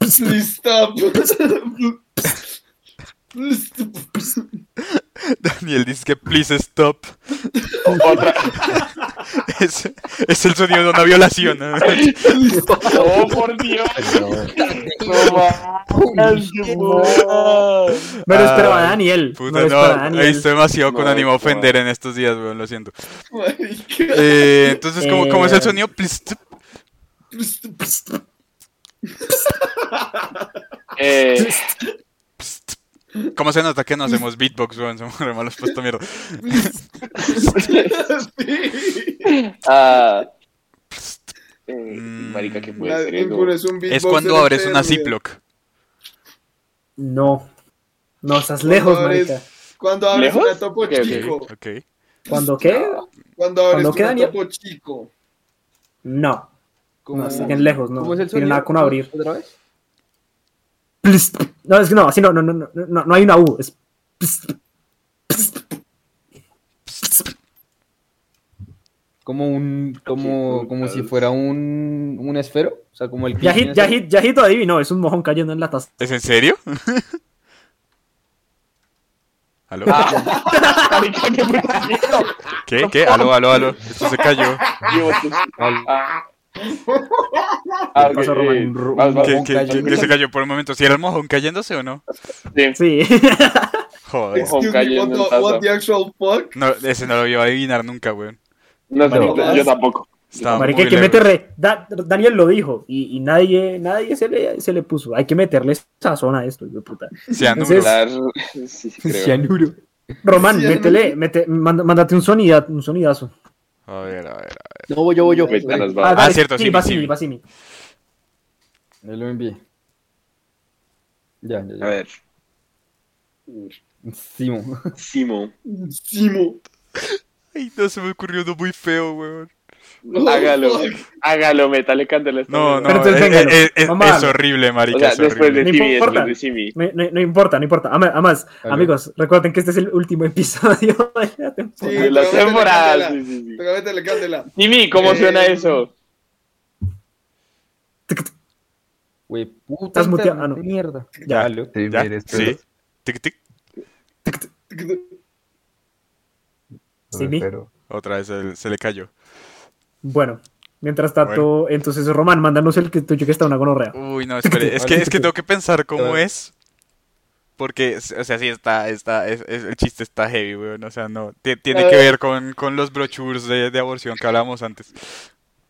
[SPEAKER 4] Listo. Listo.
[SPEAKER 5] Daniel dice que please stop.
[SPEAKER 3] Otra.
[SPEAKER 5] Es, es el sonido de una violación. ¿no?
[SPEAKER 3] Oh, por Dios. No mames, qué putas.
[SPEAKER 2] me lo
[SPEAKER 5] Ah,
[SPEAKER 2] esperaba Daniel.
[SPEAKER 5] Puta,
[SPEAKER 2] me lo esperaba
[SPEAKER 5] no,
[SPEAKER 2] Daniel.
[SPEAKER 5] estoy demasiado con
[SPEAKER 3] No,
[SPEAKER 5] ánimo a
[SPEAKER 3] no.
[SPEAKER 5] ofender en estos días, weón, lo siento.
[SPEAKER 4] Marica.
[SPEAKER 5] Eh, entonces, ¿cómo, cómo es el
[SPEAKER 2] Eh,
[SPEAKER 5] sonido? Please stop.
[SPEAKER 3] Eh,
[SPEAKER 5] ¿Cómo se nota que no hacemos beatbox, weón? Somos re malos puesto mierda.
[SPEAKER 4] Sí.
[SPEAKER 3] ah, eh,
[SPEAKER 5] Mm.
[SPEAKER 3] marica, ¿qué puede
[SPEAKER 4] La-
[SPEAKER 3] ser
[SPEAKER 4] un culo
[SPEAKER 3] eso?
[SPEAKER 4] es un
[SPEAKER 5] Es
[SPEAKER 4] beatbox
[SPEAKER 5] cuando abres
[SPEAKER 4] eterno.
[SPEAKER 5] una Ziploc.
[SPEAKER 2] No, no, estás lejos,
[SPEAKER 4] Cuando abres-
[SPEAKER 2] marica.
[SPEAKER 4] Cuando abres
[SPEAKER 3] ¿Lejos?
[SPEAKER 4] una topo
[SPEAKER 3] Ok, ok.
[SPEAKER 4] chico.
[SPEAKER 5] Ok.
[SPEAKER 2] ¿Cuándo qué?
[SPEAKER 4] Cuando abres
[SPEAKER 2] ¿Cuándo qué,
[SPEAKER 4] una
[SPEAKER 2] Daniel?
[SPEAKER 4] topo chico.
[SPEAKER 2] No,
[SPEAKER 4] Como-
[SPEAKER 2] no, estás bien lejos, no.
[SPEAKER 8] ¿Cómo es el
[SPEAKER 2] Tiene
[SPEAKER 8] sonido?
[SPEAKER 2] nada con abrir.
[SPEAKER 8] ¿Otra vez?
[SPEAKER 2] Plis, No, es que no, así no, no, no, no, no, no hay una U. Es plis.
[SPEAKER 8] Como un, como, como si fuera un, un esfero. O sea, como el clip
[SPEAKER 2] Yajit,
[SPEAKER 8] tiene esa-
[SPEAKER 2] Yajit, Yajit lo adivinó, es un mojón cayendo en la taza.
[SPEAKER 5] ¿Es en serio? ¿Aló?
[SPEAKER 3] Marica, qué puta mierda.
[SPEAKER 5] ¿Qué? ¿Qué? ¿Aló, aló, aló? Esto se cayó.
[SPEAKER 3] Digo, tú- Ah. Ah, ok,
[SPEAKER 2] pasó,
[SPEAKER 3] eh,
[SPEAKER 2] Roman? Ru-
[SPEAKER 3] vas, vas,
[SPEAKER 5] ¿Qué,
[SPEAKER 3] vas,
[SPEAKER 5] qué-
[SPEAKER 3] vas,
[SPEAKER 5] qué-
[SPEAKER 3] vas.
[SPEAKER 5] qué se cayó por un momento? ¿Si era el mojón cayéndose o no?
[SPEAKER 2] Sí.
[SPEAKER 5] Joder.
[SPEAKER 4] Excuse me,
[SPEAKER 3] cayendo
[SPEAKER 4] what
[SPEAKER 3] en
[SPEAKER 4] the,
[SPEAKER 3] taza.
[SPEAKER 4] what the actual fuck?
[SPEAKER 5] No, ese no lo iba a adivinar nunca, weón.
[SPEAKER 3] No sé,
[SPEAKER 4] Marica.
[SPEAKER 3] yo tampoco.
[SPEAKER 5] Estaba
[SPEAKER 2] Marica, hay
[SPEAKER 5] muy
[SPEAKER 2] que
[SPEAKER 5] lejos.
[SPEAKER 2] meterle. Da- Daniel lo dijo y, y nadie, nadie se, le, se le puso. Hay que meterle sazón a esto, hijo de puta.
[SPEAKER 5] Cianuro.
[SPEAKER 2] Entonces-
[SPEAKER 3] Claro, sí, sí, creo.
[SPEAKER 8] Cianuro.
[SPEAKER 2] Román,
[SPEAKER 4] Sí,
[SPEAKER 2] métele, mete, manda- mándate un sonida, un sonidazo.
[SPEAKER 5] A ver, a ver.
[SPEAKER 8] No, voy yo, voy yo.
[SPEAKER 3] Ahorita nos va.
[SPEAKER 2] Ah, dale,
[SPEAKER 5] cierto,
[SPEAKER 2] sí,
[SPEAKER 5] Simi,
[SPEAKER 2] va
[SPEAKER 5] Simi.
[SPEAKER 2] Simi, va Simi.
[SPEAKER 8] Ya lo envié. Ya, ya,
[SPEAKER 3] A
[SPEAKER 5] ah,
[SPEAKER 8] ya.
[SPEAKER 3] ver,
[SPEAKER 8] Simo.
[SPEAKER 3] Simo,
[SPEAKER 4] Simo.
[SPEAKER 5] Ay, no se me ocurrió uno muy feo, weón.
[SPEAKER 3] hágalo,
[SPEAKER 4] fuck.
[SPEAKER 3] hágalo, métale, cántale. esta mierda.
[SPEAKER 5] No, no,
[SPEAKER 2] Pero entonces,
[SPEAKER 5] es,
[SPEAKER 2] véngalo.
[SPEAKER 5] es- es-
[SPEAKER 2] Vamos a
[SPEAKER 5] es
[SPEAKER 2] darle.
[SPEAKER 5] horrible, marica,
[SPEAKER 3] O sea,
[SPEAKER 5] es
[SPEAKER 3] después de
[SPEAKER 5] horrible.
[SPEAKER 2] No
[SPEAKER 3] Simi,
[SPEAKER 2] importa.
[SPEAKER 3] después de Simi.
[SPEAKER 2] No, no- no importa, no importa. Ama- Además,
[SPEAKER 8] Aló.
[SPEAKER 2] amigos, recuerden que este es el último episodio de la temporada.
[SPEAKER 4] Sí,
[SPEAKER 3] De la
[SPEAKER 4] toca meterle
[SPEAKER 3] temporada.
[SPEAKER 4] candela.
[SPEAKER 3] sí, sí, sí.
[SPEAKER 4] Toca meterle candela.
[SPEAKER 3] Simi, ¿cómo
[SPEAKER 4] Eh,
[SPEAKER 3] suena eso?
[SPEAKER 8] Güey, puta.
[SPEAKER 2] Estás muteado. Ah, no.
[SPEAKER 8] internet, Mierda.
[SPEAKER 2] Ya.
[SPEAKER 8] Aló.
[SPEAKER 6] Sí,
[SPEAKER 5] ¿Ya?
[SPEAKER 6] mire, esto-
[SPEAKER 5] Sí. Tic, tic.
[SPEAKER 6] no,
[SPEAKER 2] Simi.
[SPEAKER 6] pero-
[SPEAKER 5] Otra vez el- se le cayó.
[SPEAKER 2] Bueno, mientras tanto, entonces Román, mándanos el que tuyo que está una gonorrea.
[SPEAKER 5] Uy, no, espere, es que, es que tengo que pensar cómo es. Porque, o sea, sí está, está, es- es- el chiste está heavy, weón. O sea, no, ti- tiene que ver con, con los brochures de, de aborción que hablábamos antes.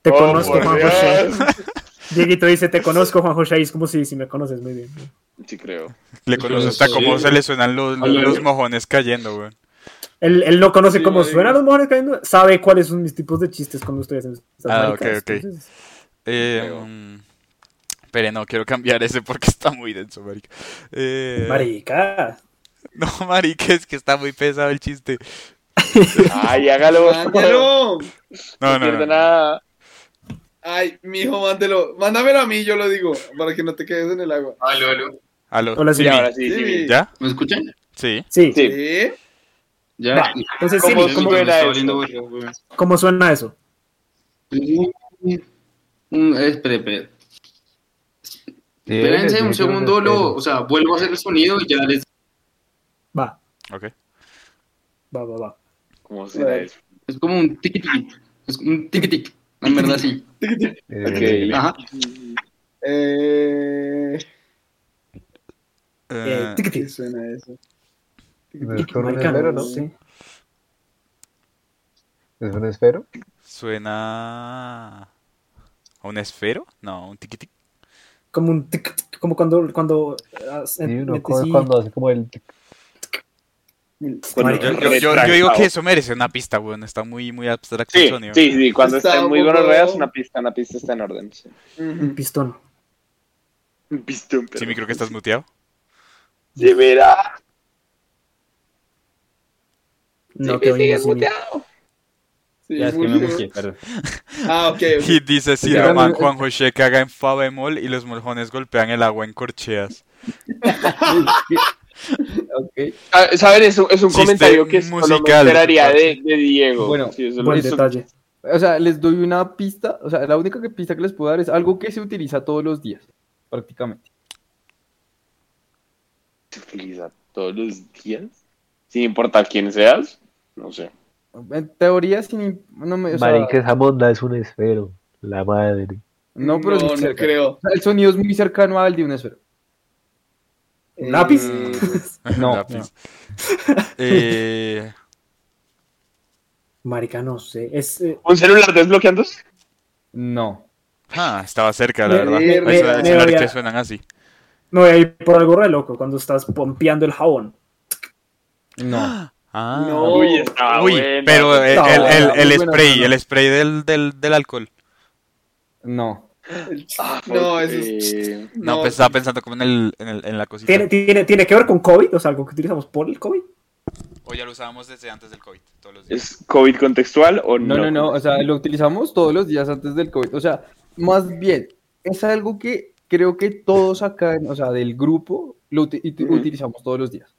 [SPEAKER 2] Te
[SPEAKER 3] Oh,
[SPEAKER 2] conozco,
[SPEAKER 3] por
[SPEAKER 2] Juan
[SPEAKER 3] Dios.
[SPEAKER 2] José. Dieguito dice, te conozco, Juan José. Y es como si, si me conoces muy bien.
[SPEAKER 3] Sí, creo.
[SPEAKER 5] Le conoce hasta cómo se le suenan los, los, los mojones cayendo, weón.
[SPEAKER 2] Él, él no conoce
[SPEAKER 4] Sí,
[SPEAKER 2] cómo
[SPEAKER 4] marica.
[SPEAKER 2] suenan los mujeres cayendo, sabe cuáles son mis tipos de chistes cuando ustedes hacen estas
[SPEAKER 5] Ah,
[SPEAKER 2] maricadas,
[SPEAKER 5] ok, ok.
[SPEAKER 2] entonces-
[SPEAKER 5] Eh, mm, pero no, quiero cambiar ese porque está muy denso, marica. Eh,
[SPEAKER 2] Marica.
[SPEAKER 5] No, marica, es que está muy pesado el chiste.
[SPEAKER 3] Ay, hágalo. No
[SPEAKER 4] ¡Mándelo!
[SPEAKER 5] No, no,
[SPEAKER 3] pierde
[SPEAKER 5] no.
[SPEAKER 3] nada.
[SPEAKER 4] Ay, mijo, mándelo. Mándamelo a mí, yo lo digo, para que no te quedes en el agua.
[SPEAKER 9] Aló, aló.
[SPEAKER 5] Aló,
[SPEAKER 2] Hola,
[SPEAKER 3] Sí,
[SPEAKER 2] Simi.
[SPEAKER 3] ahora sí,
[SPEAKER 4] Sí,
[SPEAKER 3] Simi.
[SPEAKER 5] ¿Ya?
[SPEAKER 9] ¿Me escuchan?
[SPEAKER 5] Sí.
[SPEAKER 2] Sí,
[SPEAKER 3] Sí.
[SPEAKER 4] ¿Eh?
[SPEAKER 9] Ya.
[SPEAKER 8] ah,
[SPEAKER 2] Va, entonces
[SPEAKER 9] ¿Cómo,
[SPEAKER 2] Simi,
[SPEAKER 3] sí,
[SPEAKER 9] cómo
[SPEAKER 3] me
[SPEAKER 9] era
[SPEAKER 3] está
[SPEAKER 9] eso?
[SPEAKER 3] oliendo
[SPEAKER 2] ¿cómo suena eso?
[SPEAKER 9] Mm, espere, espere.
[SPEAKER 6] Sí,
[SPEAKER 9] Espérense
[SPEAKER 6] sí,
[SPEAKER 9] un
[SPEAKER 6] yo
[SPEAKER 9] segundo,
[SPEAKER 6] lo
[SPEAKER 9] lo,
[SPEAKER 6] espero.
[SPEAKER 9] o sea, vuelvo a hacer el sonido y ya les...
[SPEAKER 2] Va,
[SPEAKER 5] Ok.
[SPEAKER 2] va, va, va.
[SPEAKER 3] ¿Cómo será eso?
[SPEAKER 9] Es como un tic-tic, es como un tic-tic, en verdad sí.
[SPEAKER 6] Eh,
[SPEAKER 3] Ok.
[SPEAKER 9] Ajá.
[SPEAKER 4] Mm. Eh,
[SPEAKER 2] Eh,
[SPEAKER 5] Eh,
[SPEAKER 2] tic,
[SPEAKER 4] ¿Qué
[SPEAKER 2] tic,
[SPEAKER 4] suena eso?
[SPEAKER 6] no
[SPEAKER 2] tic,
[SPEAKER 6] es con un
[SPEAKER 2] marica,
[SPEAKER 6] esfero,
[SPEAKER 2] no
[SPEAKER 6] ¿no?
[SPEAKER 2] sé.
[SPEAKER 6] ¿Es un esfero?
[SPEAKER 5] suena... ¿A un esfero? No, un tiquitic.
[SPEAKER 2] Como un tic, tic, como cuando, cuando ah,
[SPEAKER 6] Sí, uno
[SPEAKER 2] metes
[SPEAKER 6] cu-
[SPEAKER 2] y-
[SPEAKER 6] cuando hace como el...
[SPEAKER 3] Cuando
[SPEAKER 2] Marica,
[SPEAKER 5] Yo, yo- yo- yo digo que eso merece una pista, weón. Está muy, muy abstracto el
[SPEAKER 3] Sí,
[SPEAKER 5] sonido.
[SPEAKER 3] sí, sí, cuando
[SPEAKER 4] Está
[SPEAKER 3] estén
[SPEAKER 4] un
[SPEAKER 3] muy
[SPEAKER 4] poco-
[SPEAKER 3] gonorreas, una pista, una pista está en orden. sí.
[SPEAKER 4] mm,
[SPEAKER 2] un pistón.
[SPEAKER 3] Un pistón, pero-
[SPEAKER 5] Simi, creo que estás muteado.
[SPEAKER 3] De verá.
[SPEAKER 2] No te oímos, Simi.
[SPEAKER 4] Sí,
[SPEAKER 8] Ya, es que
[SPEAKER 4] muy
[SPEAKER 8] me
[SPEAKER 4] bien.
[SPEAKER 8] muteé, perdón.
[SPEAKER 4] Ah, ok. ok.
[SPEAKER 5] Y dice si
[SPEAKER 8] Ya,
[SPEAKER 5] Román
[SPEAKER 8] no,
[SPEAKER 5] Juan José caga en fa bemol y los mojones golpean el agua en corcheas.
[SPEAKER 8] Ok.
[SPEAKER 3] A- Saber, es un, es un
[SPEAKER 5] Chiste
[SPEAKER 3] comentario que solo me
[SPEAKER 5] musical,
[SPEAKER 3] esperaría
[SPEAKER 5] por
[SPEAKER 3] de, de Diego.
[SPEAKER 8] Bueno,
[SPEAKER 3] Sí, eso-
[SPEAKER 2] Buen
[SPEAKER 3] eso-
[SPEAKER 2] detalle.
[SPEAKER 8] O sea, les doy una pista. O sea, la única que- pista que les puedo dar es algo que se utiliza todos los días, prácticamente.
[SPEAKER 3] se utiliza todos los días, sin importar quién seas. No sé.
[SPEAKER 8] En teoría, sin. im- No, me, o sea,
[SPEAKER 6] Marica, esa monda es un esfero. La madre.
[SPEAKER 8] no pero sí
[SPEAKER 4] no, no
[SPEAKER 8] cerca.
[SPEAKER 4] creo.
[SPEAKER 8] O sea, El sonido es muy cercano al de un esfero.
[SPEAKER 2] ¿Un lápiz?
[SPEAKER 8] No,
[SPEAKER 5] Lápiz. Eh,
[SPEAKER 2] Marica, no sé. Es, eh,
[SPEAKER 3] ¿Un celular desbloqueándose?
[SPEAKER 8] No.
[SPEAKER 5] ah, estaba cerca, la
[SPEAKER 2] Me-
[SPEAKER 5] verdad.
[SPEAKER 2] me-
[SPEAKER 5] Hay
[SPEAKER 2] me-
[SPEAKER 5] celulares-
[SPEAKER 2] me voy
[SPEAKER 5] celulares
[SPEAKER 2] a-
[SPEAKER 5] que suenan así.
[SPEAKER 2] no voy a ir por algo re loco cuando estás pompeando el jabón.
[SPEAKER 8] No.
[SPEAKER 5] Ah.
[SPEAKER 4] No.
[SPEAKER 3] Uy, está
[SPEAKER 5] Uy,
[SPEAKER 3] buena.
[SPEAKER 5] pero eh, el, el- el-
[SPEAKER 8] Está
[SPEAKER 5] el
[SPEAKER 8] muy buena,
[SPEAKER 5] spray,
[SPEAKER 8] no, no.
[SPEAKER 5] el spray del, del, del alcohol.
[SPEAKER 8] No.
[SPEAKER 3] Ah,
[SPEAKER 4] No,
[SPEAKER 3] porque-
[SPEAKER 4] eso es-
[SPEAKER 5] No, pues estaba pensando como en, el, en, el- en la cosita.
[SPEAKER 2] ¿Tiene, tiene, ¿Tiene que ver con COVID? O sea, algo que utilizamos por el COVID.
[SPEAKER 5] O ya lo usábamos desde antes del COVID, todos los días.
[SPEAKER 3] ¿Es COVID contextual o no?
[SPEAKER 8] No, no, no, o sea, lo utilizamos todos los días antes del COVID. O sea, más bien, es algo que creo que todos acá, en- o sea, del grupo, lo uti- y-
[SPEAKER 3] Ujú.
[SPEAKER 8] utilizamos todos los días.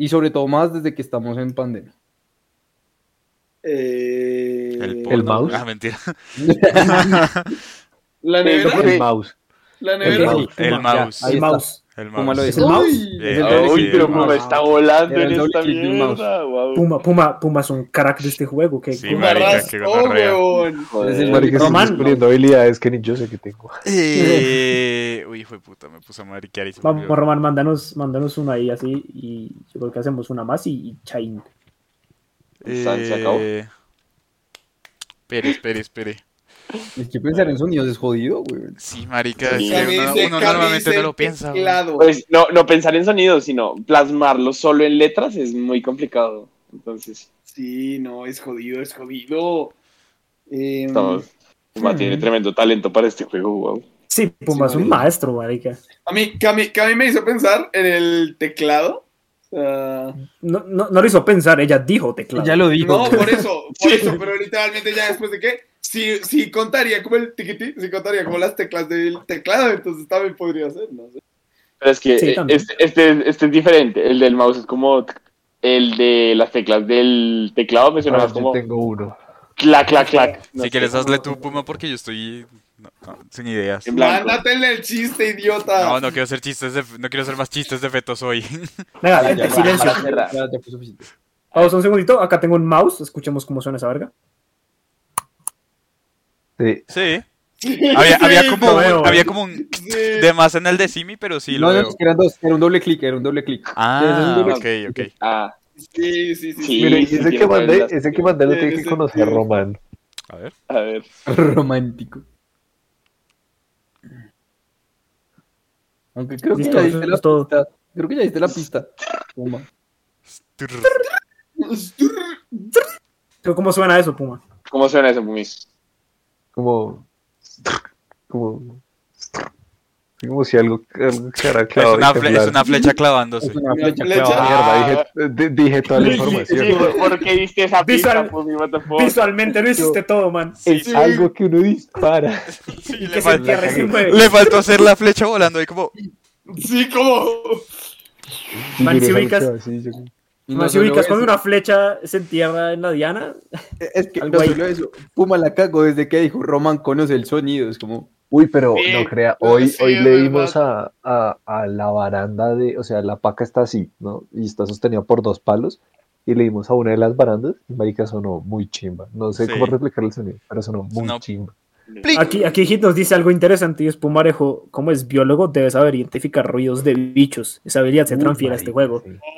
[SPEAKER 8] Y sobre todo más desde que estamos en pandemia.
[SPEAKER 4] Eh,
[SPEAKER 3] Este,
[SPEAKER 5] El,
[SPEAKER 6] ¿El
[SPEAKER 5] porno.
[SPEAKER 6] mouse?
[SPEAKER 5] Ah, mentira.
[SPEAKER 4] La
[SPEAKER 3] Pero
[SPEAKER 4] nevera.
[SPEAKER 3] porque-
[SPEAKER 6] El mouse.
[SPEAKER 4] La
[SPEAKER 2] El
[SPEAKER 4] nevera.
[SPEAKER 2] mouse.
[SPEAKER 5] El
[SPEAKER 2] Ya,
[SPEAKER 5] mouse.
[SPEAKER 2] El mouse.
[SPEAKER 5] El
[SPEAKER 8] Puma
[SPEAKER 5] mouse.
[SPEAKER 8] lo
[SPEAKER 2] ¿Es
[SPEAKER 8] hizo.
[SPEAKER 2] el mouse?
[SPEAKER 5] Bien,
[SPEAKER 2] Es el
[SPEAKER 5] bien,
[SPEAKER 2] doble
[SPEAKER 3] eh, Uy,
[SPEAKER 5] bien.
[SPEAKER 3] pero
[SPEAKER 2] del
[SPEAKER 3] Puma
[SPEAKER 2] mouse.
[SPEAKER 3] está volando
[SPEAKER 8] Era
[SPEAKER 3] en
[SPEAKER 8] el doble
[SPEAKER 3] esta
[SPEAKER 8] click del mouse.
[SPEAKER 3] mierda. Wow.
[SPEAKER 2] Puma, Puma, Puma es un crack de este juego. Que
[SPEAKER 5] Sí,
[SPEAKER 2] Puma-
[SPEAKER 5] marica,
[SPEAKER 4] Barras,
[SPEAKER 5] qué
[SPEAKER 4] oh,
[SPEAKER 5] gonorrea.
[SPEAKER 4] weón.
[SPEAKER 3] Joder.
[SPEAKER 8] Es el
[SPEAKER 6] Marica, estoy
[SPEAKER 2] Román,
[SPEAKER 6] descubriendo habilidades que ni yo sé que tengo.
[SPEAKER 5] Eh, uy, hijo de puta, me puse a mariquear y se me
[SPEAKER 2] Vamos,
[SPEAKER 5] olvidó.
[SPEAKER 2] Román, mándanos, mándanos una ahí así. Y yo creo que hacemos una más y, y chain.
[SPEAKER 3] San, se acabó.
[SPEAKER 5] Eh, Espere, espere, espere.
[SPEAKER 8] Es que pensar en sonidos es jodido, güey.
[SPEAKER 5] Sí, marica,
[SPEAKER 3] Sí.
[SPEAKER 5] es que uno,
[SPEAKER 4] Camisa-
[SPEAKER 5] uno normalmente
[SPEAKER 4] camisa
[SPEAKER 5] no lo piensa. güey.
[SPEAKER 4] teclado.
[SPEAKER 3] Pues no, no pensar en sonidos, sino plasmarlo solo en letras es muy complicado. Entonces,
[SPEAKER 4] Sí, no, es jodido, es jodido. Eh,
[SPEAKER 3] estamos. Puma
[SPEAKER 2] Hmm.
[SPEAKER 3] tiene tremendo talento para este juego, wow.
[SPEAKER 2] Sí, Puma es un
[SPEAKER 4] marica.
[SPEAKER 2] maestro, marica.
[SPEAKER 4] a, mí, que a mí- que a mí me hizo pensar en el teclado. O sea,
[SPEAKER 2] No, no, no lo hizo pensar, ella dijo teclado.
[SPEAKER 8] Ya lo dijo.
[SPEAKER 4] no, por eso, por eso, pero literalmente ya después de que, si, si contaría como el tiquití, si contaría como las teclas del teclado, entonces también podría ser, no sé.
[SPEAKER 3] Pero es que
[SPEAKER 2] Sí,
[SPEAKER 3] eh,
[SPEAKER 2] también.
[SPEAKER 3] este, este, este es diferente. El del mouse es como el de las teclas del teclado, me suena
[SPEAKER 6] Ahora
[SPEAKER 3] más
[SPEAKER 6] yo
[SPEAKER 3] como
[SPEAKER 6] Ah, tengo uno.
[SPEAKER 3] clac, clac, clac. No
[SPEAKER 5] Si
[SPEAKER 3] sé.
[SPEAKER 5] quieres, hazle tú, Puma, porque yo estoy no, no, sin ideas.
[SPEAKER 3] En blanco.
[SPEAKER 4] Mándatele el chiste, idiota.
[SPEAKER 5] No, no quiero hacer chistes de, no quiero hacer más chistes de fetos hoy.
[SPEAKER 2] Venga,
[SPEAKER 3] Ya, ya,
[SPEAKER 2] silencio.
[SPEAKER 3] para cerrar.
[SPEAKER 8] Ya, ya fue suficiente.
[SPEAKER 2] Pausa un segundito. Acá tengo un mouse. Escuchemos cómo suena esa verga.
[SPEAKER 6] Sí,
[SPEAKER 5] Sí. Había, había como,
[SPEAKER 2] lo veo.
[SPEAKER 5] había como un
[SPEAKER 4] Sí.
[SPEAKER 5] de más en el de Simi, pero sí lo
[SPEAKER 8] no, no,
[SPEAKER 5] veo.
[SPEAKER 8] es que eran dos, era un doble clic, era un doble clic.
[SPEAKER 5] Ah, ok, ok.
[SPEAKER 3] Ah,
[SPEAKER 4] Sí, sí, sí.
[SPEAKER 3] Sí.
[SPEAKER 6] mire,
[SPEAKER 3] sí
[SPEAKER 6] ese que
[SPEAKER 3] tiene
[SPEAKER 6] mandé,
[SPEAKER 3] las-
[SPEAKER 6] ese que mandé lo
[SPEAKER 4] Sí,
[SPEAKER 6] tiene
[SPEAKER 4] sí,
[SPEAKER 6] que
[SPEAKER 4] sí.
[SPEAKER 6] conocer, Román.
[SPEAKER 5] A ver.
[SPEAKER 3] a ver.
[SPEAKER 8] Romántico. Aunque creo que
[SPEAKER 2] Listo,
[SPEAKER 8] ya
[SPEAKER 2] eso
[SPEAKER 8] diste la
[SPEAKER 2] es todo.
[SPEAKER 8] pista. Creo que ya diste la pista. Toma.
[SPEAKER 5] Turr.
[SPEAKER 2] Pero ¿Cómo suena eso, Puma?
[SPEAKER 3] ¿Cómo suena eso, Pumi?
[SPEAKER 6] Como. Como. Como si algo. algo cara
[SPEAKER 5] Es
[SPEAKER 6] clavado
[SPEAKER 5] una,
[SPEAKER 6] y
[SPEAKER 5] fle- es
[SPEAKER 6] temblar.
[SPEAKER 5] una flecha clavándose.
[SPEAKER 8] Es una
[SPEAKER 4] Una
[SPEAKER 8] flecha
[SPEAKER 4] flecha.
[SPEAKER 8] clavada.
[SPEAKER 6] Mierda, dije, di- dije toda la información.
[SPEAKER 3] Sí, ¿por- ¿Por qué diste esa
[SPEAKER 2] Visual-
[SPEAKER 3] pista, Pumi? What the
[SPEAKER 5] Oh.
[SPEAKER 3] fuck?
[SPEAKER 2] Visualmente lo hiciste todo, man.
[SPEAKER 6] es
[SPEAKER 5] Sí,
[SPEAKER 6] algo que uno dispara.
[SPEAKER 5] sí,
[SPEAKER 2] Y
[SPEAKER 5] le,
[SPEAKER 2] que se
[SPEAKER 5] fal-
[SPEAKER 2] entierre sin mueve.
[SPEAKER 5] le faltó hacer la flecha volando ahí como.
[SPEAKER 4] Sí, como.
[SPEAKER 6] Y
[SPEAKER 2] Man,
[SPEAKER 6] yo
[SPEAKER 2] si
[SPEAKER 6] dije,
[SPEAKER 2] ubicas-
[SPEAKER 6] "Algo así", yo como,
[SPEAKER 8] Y
[SPEAKER 2] No, si
[SPEAKER 8] solo
[SPEAKER 2] ubicas
[SPEAKER 8] eso,
[SPEAKER 2] cuando una flecha se entierra en la diana,
[SPEAKER 8] Es que
[SPEAKER 2] Al
[SPEAKER 8] no
[SPEAKER 2] güey.
[SPEAKER 8] solo eso. Puma la cago desde que dijo Roman conoce el sonido. Es como.
[SPEAKER 6] Uy, pero
[SPEAKER 4] Sí,
[SPEAKER 6] no crea,
[SPEAKER 4] no,
[SPEAKER 6] hoy,
[SPEAKER 4] sí,
[SPEAKER 6] hoy
[SPEAKER 4] es
[SPEAKER 6] le dimos a, a, a la baranda de, o sea, la paca está así, ¿no? Y está sostenida por dos palos, y le dimos a una de las barandas, y marica sonó muy chimba. No sé
[SPEAKER 5] Sí.
[SPEAKER 6] cómo replicar el sonido, pero sonó muy
[SPEAKER 5] Sonó-
[SPEAKER 6] chimba.
[SPEAKER 2] aquí, aquí Hit nos dice algo interesante y es Pumarejo, como es biólogo, debe saber identificar ruidos de bichos. Esa habilidad se
[SPEAKER 6] Uy,
[SPEAKER 2] transfiere a este juego.
[SPEAKER 6] marica, sí.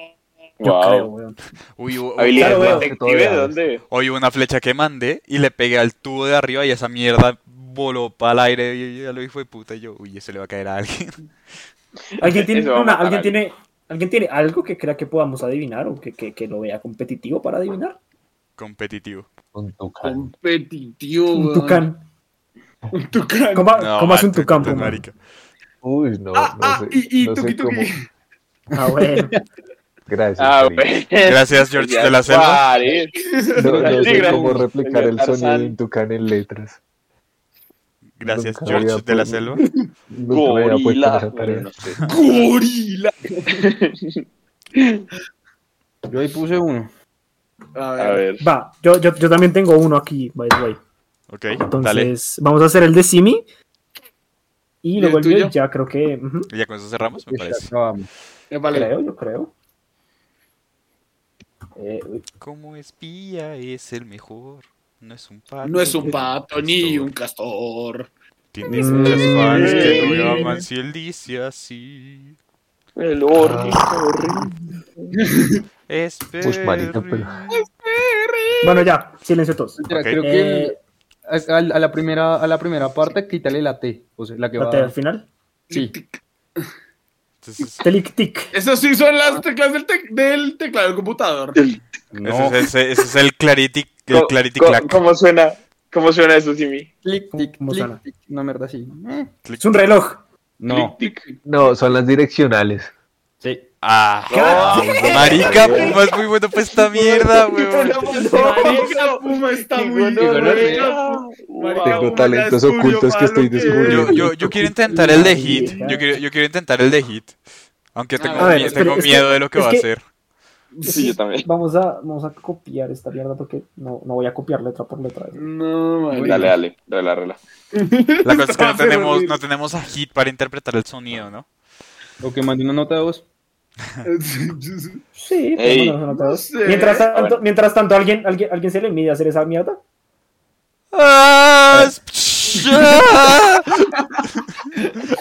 [SPEAKER 2] Yo
[SPEAKER 3] Wow.
[SPEAKER 2] creo, weón.
[SPEAKER 5] Uy, hu- hoy,
[SPEAKER 3] Habilidad
[SPEAKER 2] Claro, veo.
[SPEAKER 3] detective, ¿de dónde?
[SPEAKER 5] hoy hubo una flecha que mandé y le pegué al tubo de arriba y esa mierda voló para el aire y ya lo hijo de puta. Y yo, uy, eso le va a caer a alguien.
[SPEAKER 2] ¿Alguien tiene,
[SPEAKER 3] Eso va a
[SPEAKER 2] una-
[SPEAKER 3] matar
[SPEAKER 2] ¿alguien,
[SPEAKER 3] a
[SPEAKER 2] tiene, ¿Alguien tiene algo que crea que podamos adivinar o que, que, que lo vea competitivo para adivinar?
[SPEAKER 5] Competitivo.
[SPEAKER 6] Un tucán.
[SPEAKER 4] Competitivo.
[SPEAKER 2] Un
[SPEAKER 4] weón.
[SPEAKER 2] tucán.
[SPEAKER 4] Un tucán.
[SPEAKER 2] ¿Cómo,
[SPEAKER 5] No,
[SPEAKER 2] cómo hace un
[SPEAKER 5] tú-
[SPEAKER 2] tucán,
[SPEAKER 5] tú,
[SPEAKER 2] Puma?
[SPEAKER 5] marica.
[SPEAKER 6] Uy, no,
[SPEAKER 4] Ah,
[SPEAKER 6] no
[SPEAKER 4] ah,
[SPEAKER 6] sé,
[SPEAKER 4] y, y
[SPEAKER 6] no sé
[SPEAKER 4] tuki, tuki.
[SPEAKER 6] cómo.
[SPEAKER 2] Ah, bueno.
[SPEAKER 6] Gracias,
[SPEAKER 3] Ah,
[SPEAKER 6] Felipe.
[SPEAKER 3] güey.
[SPEAKER 5] Gracias, George de la Selva.
[SPEAKER 3] Suárez.
[SPEAKER 6] No, no
[SPEAKER 3] Sí,
[SPEAKER 6] sé
[SPEAKER 3] gracias.
[SPEAKER 6] cómo replicar el
[SPEAKER 3] Tarzán.
[SPEAKER 6] sonido de un tucán en letras.
[SPEAKER 5] Gracias,
[SPEAKER 6] Nunca había
[SPEAKER 5] George de la
[SPEAKER 6] podido-
[SPEAKER 5] Selva.
[SPEAKER 6] Nunca me había puesto en
[SPEAKER 3] Gorila.
[SPEAKER 6] esa tarea.
[SPEAKER 3] Bueno, no sé.
[SPEAKER 4] Gorila.
[SPEAKER 8] Yo ahí puse uno.
[SPEAKER 4] A
[SPEAKER 6] Ah,
[SPEAKER 3] A ver.
[SPEAKER 2] Va, yo, yo, yo también tengo uno aquí, by the way.
[SPEAKER 5] Ok, dale.
[SPEAKER 2] Entonces, vamos a hacer el de Simi. Y
[SPEAKER 4] ¿Y
[SPEAKER 2] luego
[SPEAKER 4] el
[SPEAKER 2] el mío
[SPEAKER 4] tuyo?
[SPEAKER 2] ya creo que. ujú,
[SPEAKER 5] Y ya con eso cerramos, me parece.
[SPEAKER 8] Vamos.
[SPEAKER 4] Eh, Vale.
[SPEAKER 2] Creo, yo creo. Eh, uy,
[SPEAKER 5] Como espía es el mejor. No es un pato.
[SPEAKER 4] No es un pato ni un castor.
[SPEAKER 5] Tienes muchas
[SPEAKER 2] Mm.
[SPEAKER 5] fans que
[SPEAKER 3] Sí.
[SPEAKER 5] lo aman si él dice así.
[SPEAKER 3] El horrible,
[SPEAKER 5] Ah,
[SPEAKER 3] horrible.
[SPEAKER 5] Es
[SPEAKER 6] Uy, marica, pero-
[SPEAKER 5] Perry.
[SPEAKER 2] Bueno, ya, silencio todos.
[SPEAKER 8] Espera,
[SPEAKER 5] Ok.
[SPEAKER 8] Creo que el- a, a- a la primera, a la primera parte quítale la T. O sea, la que
[SPEAKER 2] Date al
[SPEAKER 8] va.
[SPEAKER 2] final.
[SPEAKER 8] Sí.
[SPEAKER 5] Entonces,
[SPEAKER 2] Telic tic.
[SPEAKER 4] Esas sí son las teclas del, tec- del teclado del computador.
[SPEAKER 5] ese, es, ese- ese es el Clarity, el
[SPEAKER 3] Co-
[SPEAKER 5] clarity
[SPEAKER 3] co-
[SPEAKER 5] Clack.
[SPEAKER 3] ¿Cómo suena? ¿Cómo suena eso, Simi?
[SPEAKER 8] Clic, tic,
[SPEAKER 2] ¿Cómo suena?
[SPEAKER 8] clic, tic. No, mierda, sí. Eh,
[SPEAKER 2] Es un reloj.
[SPEAKER 8] No.
[SPEAKER 6] No, son las direccionales.
[SPEAKER 8] Sí.
[SPEAKER 5] Ah,
[SPEAKER 3] No,
[SPEAKER 5] marica, Puma es muy bueno para esta mierda, weón.
[SPEAKER 4] Marica Puma está muy
[SPEAKER 3] Ninguno
[SPEAKER 4] bueno.
[SPEAKER 3] lo
[SPEAKER 6] Tengo talentos ocultos que estoy descubriendo.
[SPEAKER 5] Yo, yo, yo quiero intentar el de Hit. Yo quiero, yo quiero intentar el de Hit. Aunque tengo,
[SPEAKER 4] A ver,
[SPEAKER 5] mie-
[SPEAKER 2] espere,
[SPEAKER 5] tengo
[SPEAKER 2] es que-
[SPEAKER 5] miedo de lo que
[SPEAKER 2] es
[SPEAKER 5] va a
[SPEAKER 2] que-
[SPEAKER 5] hacer.
[SPEAKER 3] Sí, yo también.
[SPEAKER 2] Vamos a, vamos a copiar esta mierda porque no, no voy a copiar letra por letra.
[SPEAKER 4] No, marica.
[SPEAKER 3] Dale, dale, rela, rela.
[SPEAKER 5] La cosa es que no
[SPEAKER 4] Estaba
[SPEAKER 5] tenemos,
[SPEAKER 4] horrible.
[SPEAKER 5] no tenemos a Hit para interpretar el sonido, ¿no?
[SPEAKER 8] O que mande una nota de voz.
[SPEAKER 2] Sí,
[SPEAKER 3] Ey,
[SPEAKER 2] pero bueno, no
[SPEAKER 4] no
[SPEAKER 2] todos.
[SPEAKER 4] sé.
[SPEAKER 2] mientras
[SPEAKER 3] A
[SPEAKER 2] tanto,
[SPEAKER 3] ver.
[SPEAKER 2] mientras tanto ¿alguien, alguien, alguien se le mide a hacer esa mierda.
[SPEAKER 5] Ah, es- ah.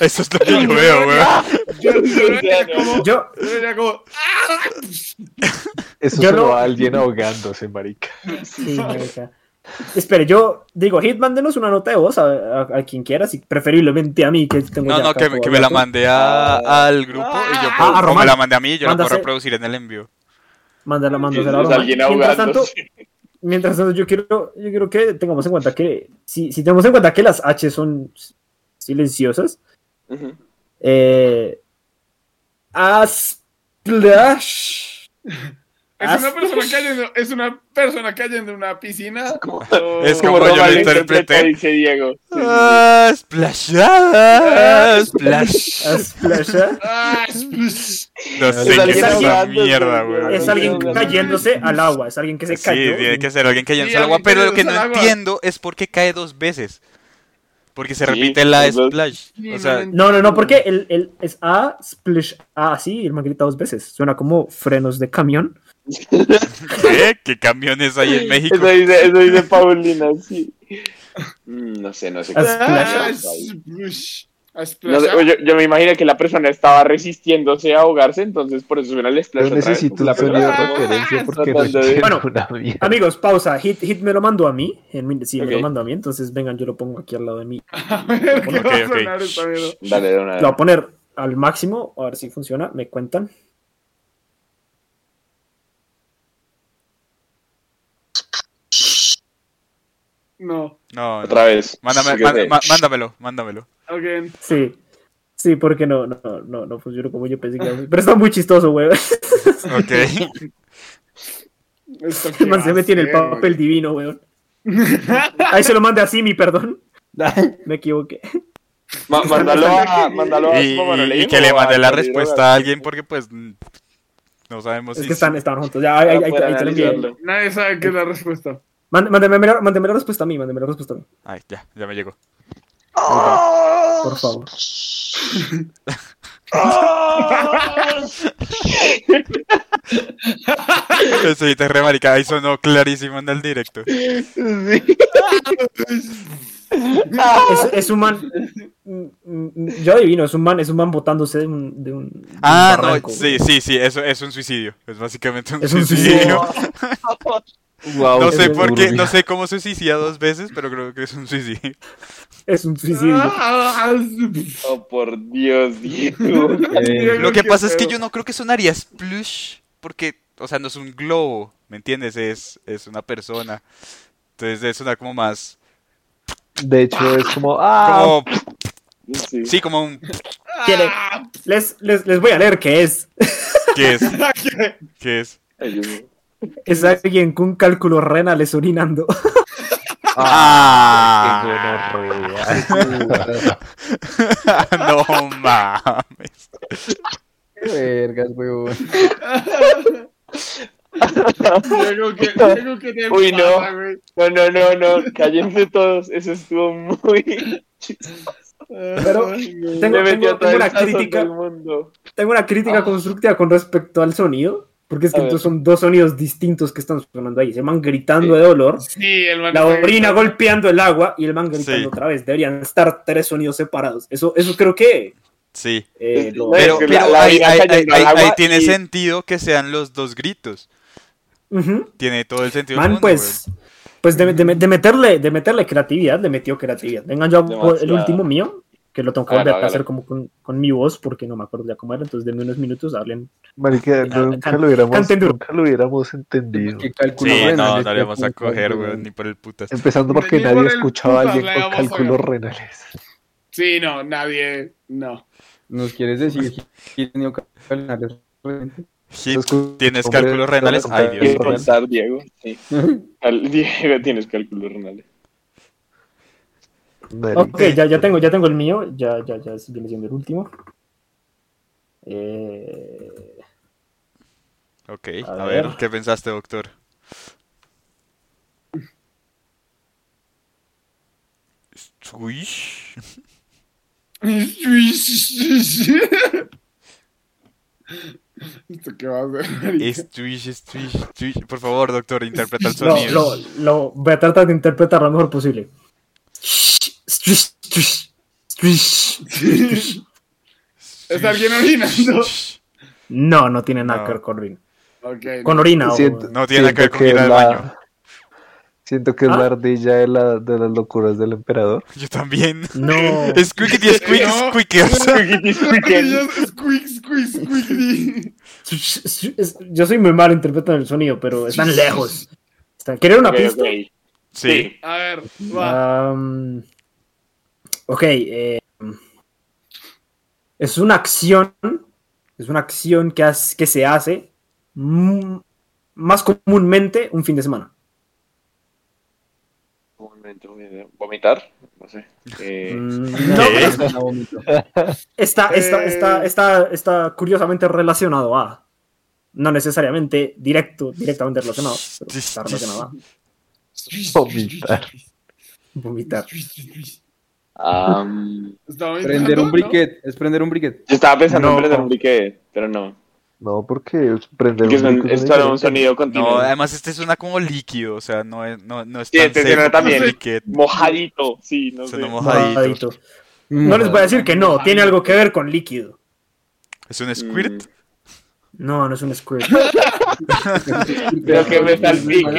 [SPEAKER 5] Eso es lo que yo veo, weón.
[SPEAKER 4] Yo, yo lo vería como.
[SPEAKER 2] Yo,
[SPEAKER 4] Yo lo vería como.
[SPEAKER 6] Eso
[SPEAKER 2] Yo
[SPEAKER 6] se lo
[SPEAKER 2] no-
[SPEAKER 6] va a alguien ahogándose, marica.
[SPEAKER 2] Sí, marica. Espere, yo digo, Hit, mándenos una nota de voz a, a- a quien ieras y preferiblemente a mí que tengo
[SPEAKER 5] No,
[SPEAKER 2] ya
[SPEAKER 5] no,
[SPEAKER 2] acá
[SPEAKER 5] que,
[SPEAKER 2] todo
[SPEAKER 5] me- que me la
[SPEAKER 2] abierto.
[SPEAKER 5] mandé a- al grupo y yo
[SPEAKER 2] Ah,
[SPEAKER 5] puedo- o me
[SPEAKER 2] Román.
[SPEAKER 5] la mandé a mí y yo la puedo
[SPEAKER 2] Mándase-
[SPEAKER 5] reproducir en el envío.
[SPEAKER 2] Mándala, mándasela
[SPEAKER 3] Es
[SPEAKER 2] ahora.
[SPEAKER 3] pues, alguien
[SPEAKER 2] Mientras
[SPEAKER 3] ahogando.
[SPEAKER 2] tanto, mientras tanto, yo quiero, yo quiero que tengamos en cuenta que si, si tenemos en cuenta que las H son silenciosas, eh, Asplash.
[SPEAKER 4] Es
[SPEAKER 2] Haz-
[SPEAKER 4] una persona cayendo. Es una persona cayendo en una piscina. o-
[SPEAKER 5] Es como yo lo interpreté.
[SPEAKER 3] dice Diego.
[SPEAKER 5] Ah, splashada, splash.
[SPEAKER 2] Asplash.
[SPEAKER 4] Ah, splish.
[SPEAKER 5] No sé
[SPEAKER 3] alguien
[SPEAKER 5] qué es esa
[SPEAKER 3] ahogándose,
[SPEAKER 5] mierda,
[SPEAKER 3] weón.
[SPEAKER 5] weón.
[SPEAKER 2] Es alguien cayéndose al agua, es alguien que se
[SPEAKER 5] Sí,
[SPEAKER 2] cayó.
[SPEAKER 5] tiene que ser alguien cayendo
[SPEAKER 4] Sí,
[SPEAKER 5] al agua,
[SPEAKER 4] alguien
[SPEAKER 5] pero lo que
[SPEAKER 4] cayéndose
[SPEAKER 5] no
[SPEAKER 4] al agua.
[SPEAKER 5] entiendo es por qué cae dos veces. Porque se
[SPEAKER 3] Sí,
[SPEAKER 5] repite la
[SPEAKER 3] los dos.
[SPEAKER 5] splash.
[SPEAKER 4] Sí,
[SPEAKER 5] O
[SPEAKER 4] no
[SPEAKER 5] sea,
[SPEAKER 4] entiendo.
[SPEAKER 2] No, no, no, porque el, el es A, splash, A, así, y el man grita dos veces. Suena como frenos de camión.
[SPEAKER 5] ¿qué? ¿Qué camiones hay en México?
[SPEAKER 3] Eso dice, eso dice Paulina, sí. Mm, No sé, no sé. qué-
[SPEAKER 4] Ah,
[SPEAKER 2] Splash.
[SPEAKER 4] splish. Ah, splash.
[SPEAKER 3] No sé, yo, yo me imagino que la persona estaba resistiéndose a ahogarse, entonces por eso suena el splash.
[SPEAKER 6] Yo
[SPEAKER 3] otra vez,
[SPEAKER 6] necesito
[SPEAKER 3] porque
[SPEAKER 6] un sonido de
[SPEAKER 3] persona-
[SPEAKER 4] Ah,
[SPEAKER 6] referencia porque no
[SPEAKER 3] tratando de-
[SPEAKER 6] entiendo
[SPEAKER 2] Bueno.
[SPEAKER 6] una mierda.
[SPEAKER 2] Amigos, pausa. Hit, Hit me lo mandó a mí. En mi- sí, me
[SPEAKER 3] Ok.
[SPEAKER 2] lo mandó a mí. Entonces, vengan, yo lo pongo aquí al lado de mí.
[SPEAKER 4] A ver, ¿qué
[SPEAKER 5] Ok,
[SPEAKER 4] va a
[SPEAKER 5] ok.
[SPEAKER 4] sonar esta mierda?
[SPEAKER 3] Dale, de una
[SPEAKER 2] Lo voy a poner al máximo, a ver si funciona. Me cuentan.
[SPEAKER 4] No.
[SPEAKER 5] No, no.
[SPEAKER 3] Otra vez.
[SPEAKER 5] Mándame-
[SPEAKER 3] Yo qué
[SPEAKER 5] manda-
[SPEAKER 3] sé.
[SPEAKER 5] ma- mándamelo, mándamelo.
[SPEAKER 4] Again.
[SPEAKER 2] Sí. Sí, porque no, no, no, no funcionó como yo pensé que iba a funcionar. Pero está muy chistoso, güey.
[SPEAKER 5] Ok.
[SPEAKER 4] Esto qué
[SPEAKER 2] El man se
[SPEAKER 4] va a
[SPEAKER 2] metió en el
[SPEAKER 4] ser, güey.
[SPEAKER 2] papel divino, güey. Ahí se lo mandé a Simi, perdón. Me equivoqué.
[SPEAKER 3] Ma- mándalo a. Mándalo a
[SPEAKER 5] Y,
[SPEAKER 3] ¿cómo no
[SPEAKER 5] y
[SPEAKER 3] leímos?
[SPEAKER 5] que le mande
[SPEAKER 3] A-
[SPEAKER 5] la
[SPEAKER 3] a-
[SPEAKER 5] respuesta a alguien porque pues mm, no sabemos
[SPEAKER 2] Es
[SPEAKER 5] si...
[SPEAKER 2] que están, están juntos. Ya, ahí, ahí, ahí-
[SPEAKER 3] para
[SPEAKER 2] ahí te lo envié.
[SPEAKER 3] analizarlo.
[SPEAKER 4] Nadie sabe qué es la respuesta.
[SPEAKER 2] Mánd- Mándeme la- mándeme la respuesta a mí, mándeme la respuesta a mí.
[SPEAKER 5] Ay, ya, ya me llegó.
[SPEAKER 2] Por favor.
[SPEAKER 5] Estoy te re marica, ahí sonó clarísimo en el directo.
[SPEAKER 2] Es, es un man. mm, mm, Yo adivino, es un man, es un man botándose de un. de un- de un
[SPEAKER 5] Ah, no,
[SPEAKER 2] barranco,
[SPEAKER 5] sí,
[SPEAKER 2] güey.
[SPEAKER 5] sí, sí, eso es un suicidio. Es básicamente un
[SPEAKER 2] Es un
[SPEAKER 5] suicidio.
[SPEAKER 6] Wow,
[SPEAKER 5] No sé
[SPEAKER 6] qué
[SPEAKER 5] por qué,
[SPEAKER 6] turbio.
[SPEAKER 5] no sé cómo se suicida dos veces, pero creo que es un suicidio.
[SPEAKER 2] Es un suicidio.
[SPEAKER 4] Ah, splish.
[SPEAKER 3] Oh, por Dios, Diego.
[SPEAKER 6] Eh,
[SPEAKER 5] Lo que
[SPEAKER 4] qué
[SPEAKER 5] pasa es que
[SPEAKER 4] pedo.
[SPEAKER 5] yo no creo que sonaría splush, porque, o sea, no es un globo, ¿me entiendes? Es, es una persona. Entonces debe sonar como más.
[SPEAKER 6] De hecho, es como, ah,
[SPEAKER 5] Como,
[SPEAKER 3] Sí.
[SPEAKER 5] sí, como un.
[SPEAKER 2] Tiene- Les, les, les voy a leer que es.
[SPEAKER 5] ¿Qué es?
[SPEAKER 4] ¿Qué?
[SPEAKER 5] ¿Qué es?
[SPEAKER 3] Ay, Dios mío.
[SPEAKER 2] Es alguien con cálculos renales orinando.
[SPEAKER 5] ¡Ah!
[SPEAKER 4] ah.
[SPEAKER 6] qué gonorrea.
[SPEAKER 5] no mames.
[SPEAKER 8] Vergas, weón.
[SPEAKER 4] Diego, ¿qué- Diego, ¿qué te
[SPEAKER 3] Uy, no.
[SPEAKER 4] pasa, güey?
[SPEAKER 3] No, no, no, no. Cállense todos. Eso estuvo muy.
[SPEAKER 2] Pero
[SPEAKER 4] Ay, no.
[SPEAKER 2] Tengo,
[SPEAKER 3] Le metió
[SPEAKER 2] tengo-
[SPEAKER 3] todo
[SPEAKER 2] tengo
[SPEAKER 3] el
[SPEAKER 2] una
[SPEAKER 3] sazón del
[SPEAKER 2] crítica,
[SPEAKER 3] mundo.
[SPEAKER 2] tengo una
[SPEAKER 3] Ah.
[SPEAKER 2] crítica constructiva con respecto al sonido. Porque es que
[SPEAKER 3] A ver.
[SPEAKER 2] entonces son dos sonidos distintos que están sonando ahí. Se man gritando de dolor,
[SPEAKER 4] Sí, el man
[SPEAKER 2] la
[SPEAKER 4] está
[SPEAKER 2] orina
[SPEAKER 4] gritando.
[SPEAKER 2] golpeando el agua y el man gritando
[SPEAKER 5] Sí.
[SPEAKER 2] otra vez. Deberían estar tres sonidos separados. Eso, eso creo que.
[SPEAKER 5] Sí.
[SPEAKER 2] eh, lo-
[SPEAKER 3] Pero-
[SPEAKER 5] Pero,
[SPEAKER 3] Es que
[SPEAKER 5] pero
[SPEAKER 3] la- la
[SPEAKER 5] ahí,
[SPEAKER 3] vida
[SPEAKER 5] ahí-
[SPEAKER 3] cayendo
[SPEAKER 5] ahí-
[SPEAKER 3] al
[SPEAKER 5] ahí
[SPEAKER 3] agua
[SPEAKER 5] tiene
[SPEAKER 3] y-
[SPEAKER 5] sentido que sean los dos gritos.
[SPEAKER 2] Ujú.
[SPEAKER 5] Tiene todo el sentido. del
[SPEAKER 2] Man,
[SPEAKER 5] mundo,
[SPEAKER 2] pues, pues de, de- de meterle, de meterle creatividad, le metió creatividad. Vengan, yo hago el
[SPEAKER 3] Demasiado.
[SPEAKER 2] último mío, que lo tengo que
[SPEAKER 3] Hágalo,
[SPEAKER 2] volver a
[SPEAKER 3] hágalo.
[SPEAKER 2] hacer como con, con mi voz, porque no me acuerdo ya cómo era, entonces denme unos minutos, hablen.
[SPEAKER 6] Marica, nunca
[SPEAKER 2] can-
[SPEAKER 6] lo hubiéramos,
[SPEAKER 2] canten duro.
[SPEAKER 6] nunca lo hubiéramos entendido.
[SPEAKER 8] pues, ¿Qué
[SPEAKER 5] güey.
[SPEAKER 8] cálculo
[SPEAKER 5] Sí,
[SPEAKER 8] renal
[SPEAKER 5] no,
[SPEAKER 8] es
[SPEAKER 5] no
[SPEAKER 8] que
[SPEAKER 5] le vamos a
[SPEAKER 8] putas,
[SPEAKER 5] coger,
[SPEAKER 8] weón?
[SPEAKER 5] weón, ni por el putas.
[SPEAKER 6] Empezando porque
[SPEAKER 4] Ni por
[SPEAKER 6] nadie
[SPEAKER 4] el
[SPEAKER 6] escuchaba a
[SPEAKER 4] putas
[SPEAKER 6] alguien
[SPEAKER 4] le
[SPEAKER 6] con
[SPEAKER 4] vamos a
[SPEAKER 6] cálculos
[SPEAKER 4] ver.
[SPEAKER 6] renales.
[SPEAKER 4] Sí, no, nadie. No.
[SPEAKER 8] ¿Nos quieres decir que he tenido cálculos renales? realmente?
[SPEAKER 5] Hit,
[SPEAKER 6] escucho,
[SPEAKER 5] ¿Tienes
[SPEAKER 6] hombre,
[SPEAKER 5] cálculos
[SPEAKER 6] no
[SPEAKER 5] renales?
[SPEAKER 6] me
[SPEAKER 5] Ay,
[SPEAKER 6] contaron.
[SPEAKER 5] Dios.
[SPEAKER 3] ¿Quieres contar, Diego? Sí. Al- Diego, tienes cálculos renales.
[SPEAKER 2] Ok, ya, ya tengo, ya tengo el mío, ya, ya, ya viene siendo el último. Eh,
[SPEAKER 5] Ok,
[SPEAKER 2] A
[SPEAKER 5] a ver,
[SPEAKER 2] ver.
[SPEAKER 5] ¿qué pensaste, doctor? Uy.
[SPEAKER 4] ¿Esto qué va a hacer? marica?
[SPEAKER 5] Es Twitch, es Twitch, Twitch. Por favor, doctor, interpreta el
[SPEAKER 2] Lo,
[SPEAKER 5] sonido.
[SPEAKER 2] lo, lo voy a tratar de interpretar lo mejor posible.
[SPEAKER 4] ¿Es alguien orinando?
[SPEAKER 2] No, no tiene nada
[SPEAKER 5] No.
[SPEAKER 2] que ver con orina.
[SPEAKER 4] Ok.
[SPEAKER 2] Con orina. o-
[SPEAKER 6] Siento-
[SPEAKER 5] No tiene nada que ver con
[SPEAKER 6] siento
[SPEAKER 5] ir al
[SPEAKER 6] la-
[SPEAKER 5] baño.
[SPEAKER 6] Siento que es la
[SPEAKER 2] ¿Ah?
[SPEAKER 6] ardilla de, la, de las locuras del emperador.
[SPEAKER 5] Yo también.
[SPEAKER 2] No.
[SPEAKER 5] Es Squeaky Squeak,
[SPEAKER 4] No.
[SPEAKER 5] Squeakers.
[SPEAKER 4] Squeak, squeak, squeak.
[SPEAKER 2] Es- Yo soy muy malo interpretando el sonido, pero están lejos. Están- ¿Quieren una pista?
[SPEAKER 5] Sí.
[SPEAKER 4] A ver,
[SPEAKER 2] Ah,
[SPEAKER 4] va.
[SPEAKER 2] Am, ok. eh, es una acción. Es una acción que, has- que se hace mm, más comúnmente un fin de semana.
[SPEAKER 3] Un momento, un momento. ¿Vomitar? No sé. Eh,
[SPEAKER 2] Mm, no,
[SPEAKER 5] ¿Qué?
[SPEAKER 2] está, está,
[SPEAKER 4] Eh.
[SPEAKER 2] está, está, está curiosamente relacionado a. No necesariamente directo, directamente relacionado, pero está relacionado a
[SPEAKER 6] Vomitar.
[SPEAKER 2] vomitar.
[SPEAKER 3] am,
[SPEAKER 4] Está vomitando,
[SPEAKER 8] Prender un
[SPEAKER 4] ¿no?
[SPEAKER 8] briquet, es prender un briquet.
[SPEAKER 3] yo estaba pensando
[SPEAKER 5] No.
[SPEAKER 3] en prender un briquet, pero no.
[SPEAKER 6] No, porque prender
[SPEAKER 3] Porque es
[SPEAKER 6] un
[SPEAKER 3] un,
[SPEAKER 6] micro es
[SPEAKER 3] es solo un
[SPEAKER 6] diferente.
[SPEAKER 3] sonido continuo.
[SPEAKER 5] No, además este suena como líquido, o sea, no es, no, no es
[SPEAKER 3] Sí,
[SPEAKER 5] tan
[SPEAKER 3] este
[SPEAKER 5] seco
[SPEAKER 3] suena
[SPEAKER 5] como
[SPEAKER 3] también.
[SPEAKER 5] liquid.
[SPEAKER 3] Mojadito, sí, no sé. Mm.
[SPEAKER 5] Suena mojadito.
[SPEAKER 2] Mojadito. No les voy a decir que no, tiene algo que ver con líquido.
[SPEAKER 5] ¿Es un
[SPEAKER 3] Mm,
[SPEAKER 5] squirt?
[SPEAKER 2] No, no es un squirt.
[SPEAKER 3] Creo que me salpique.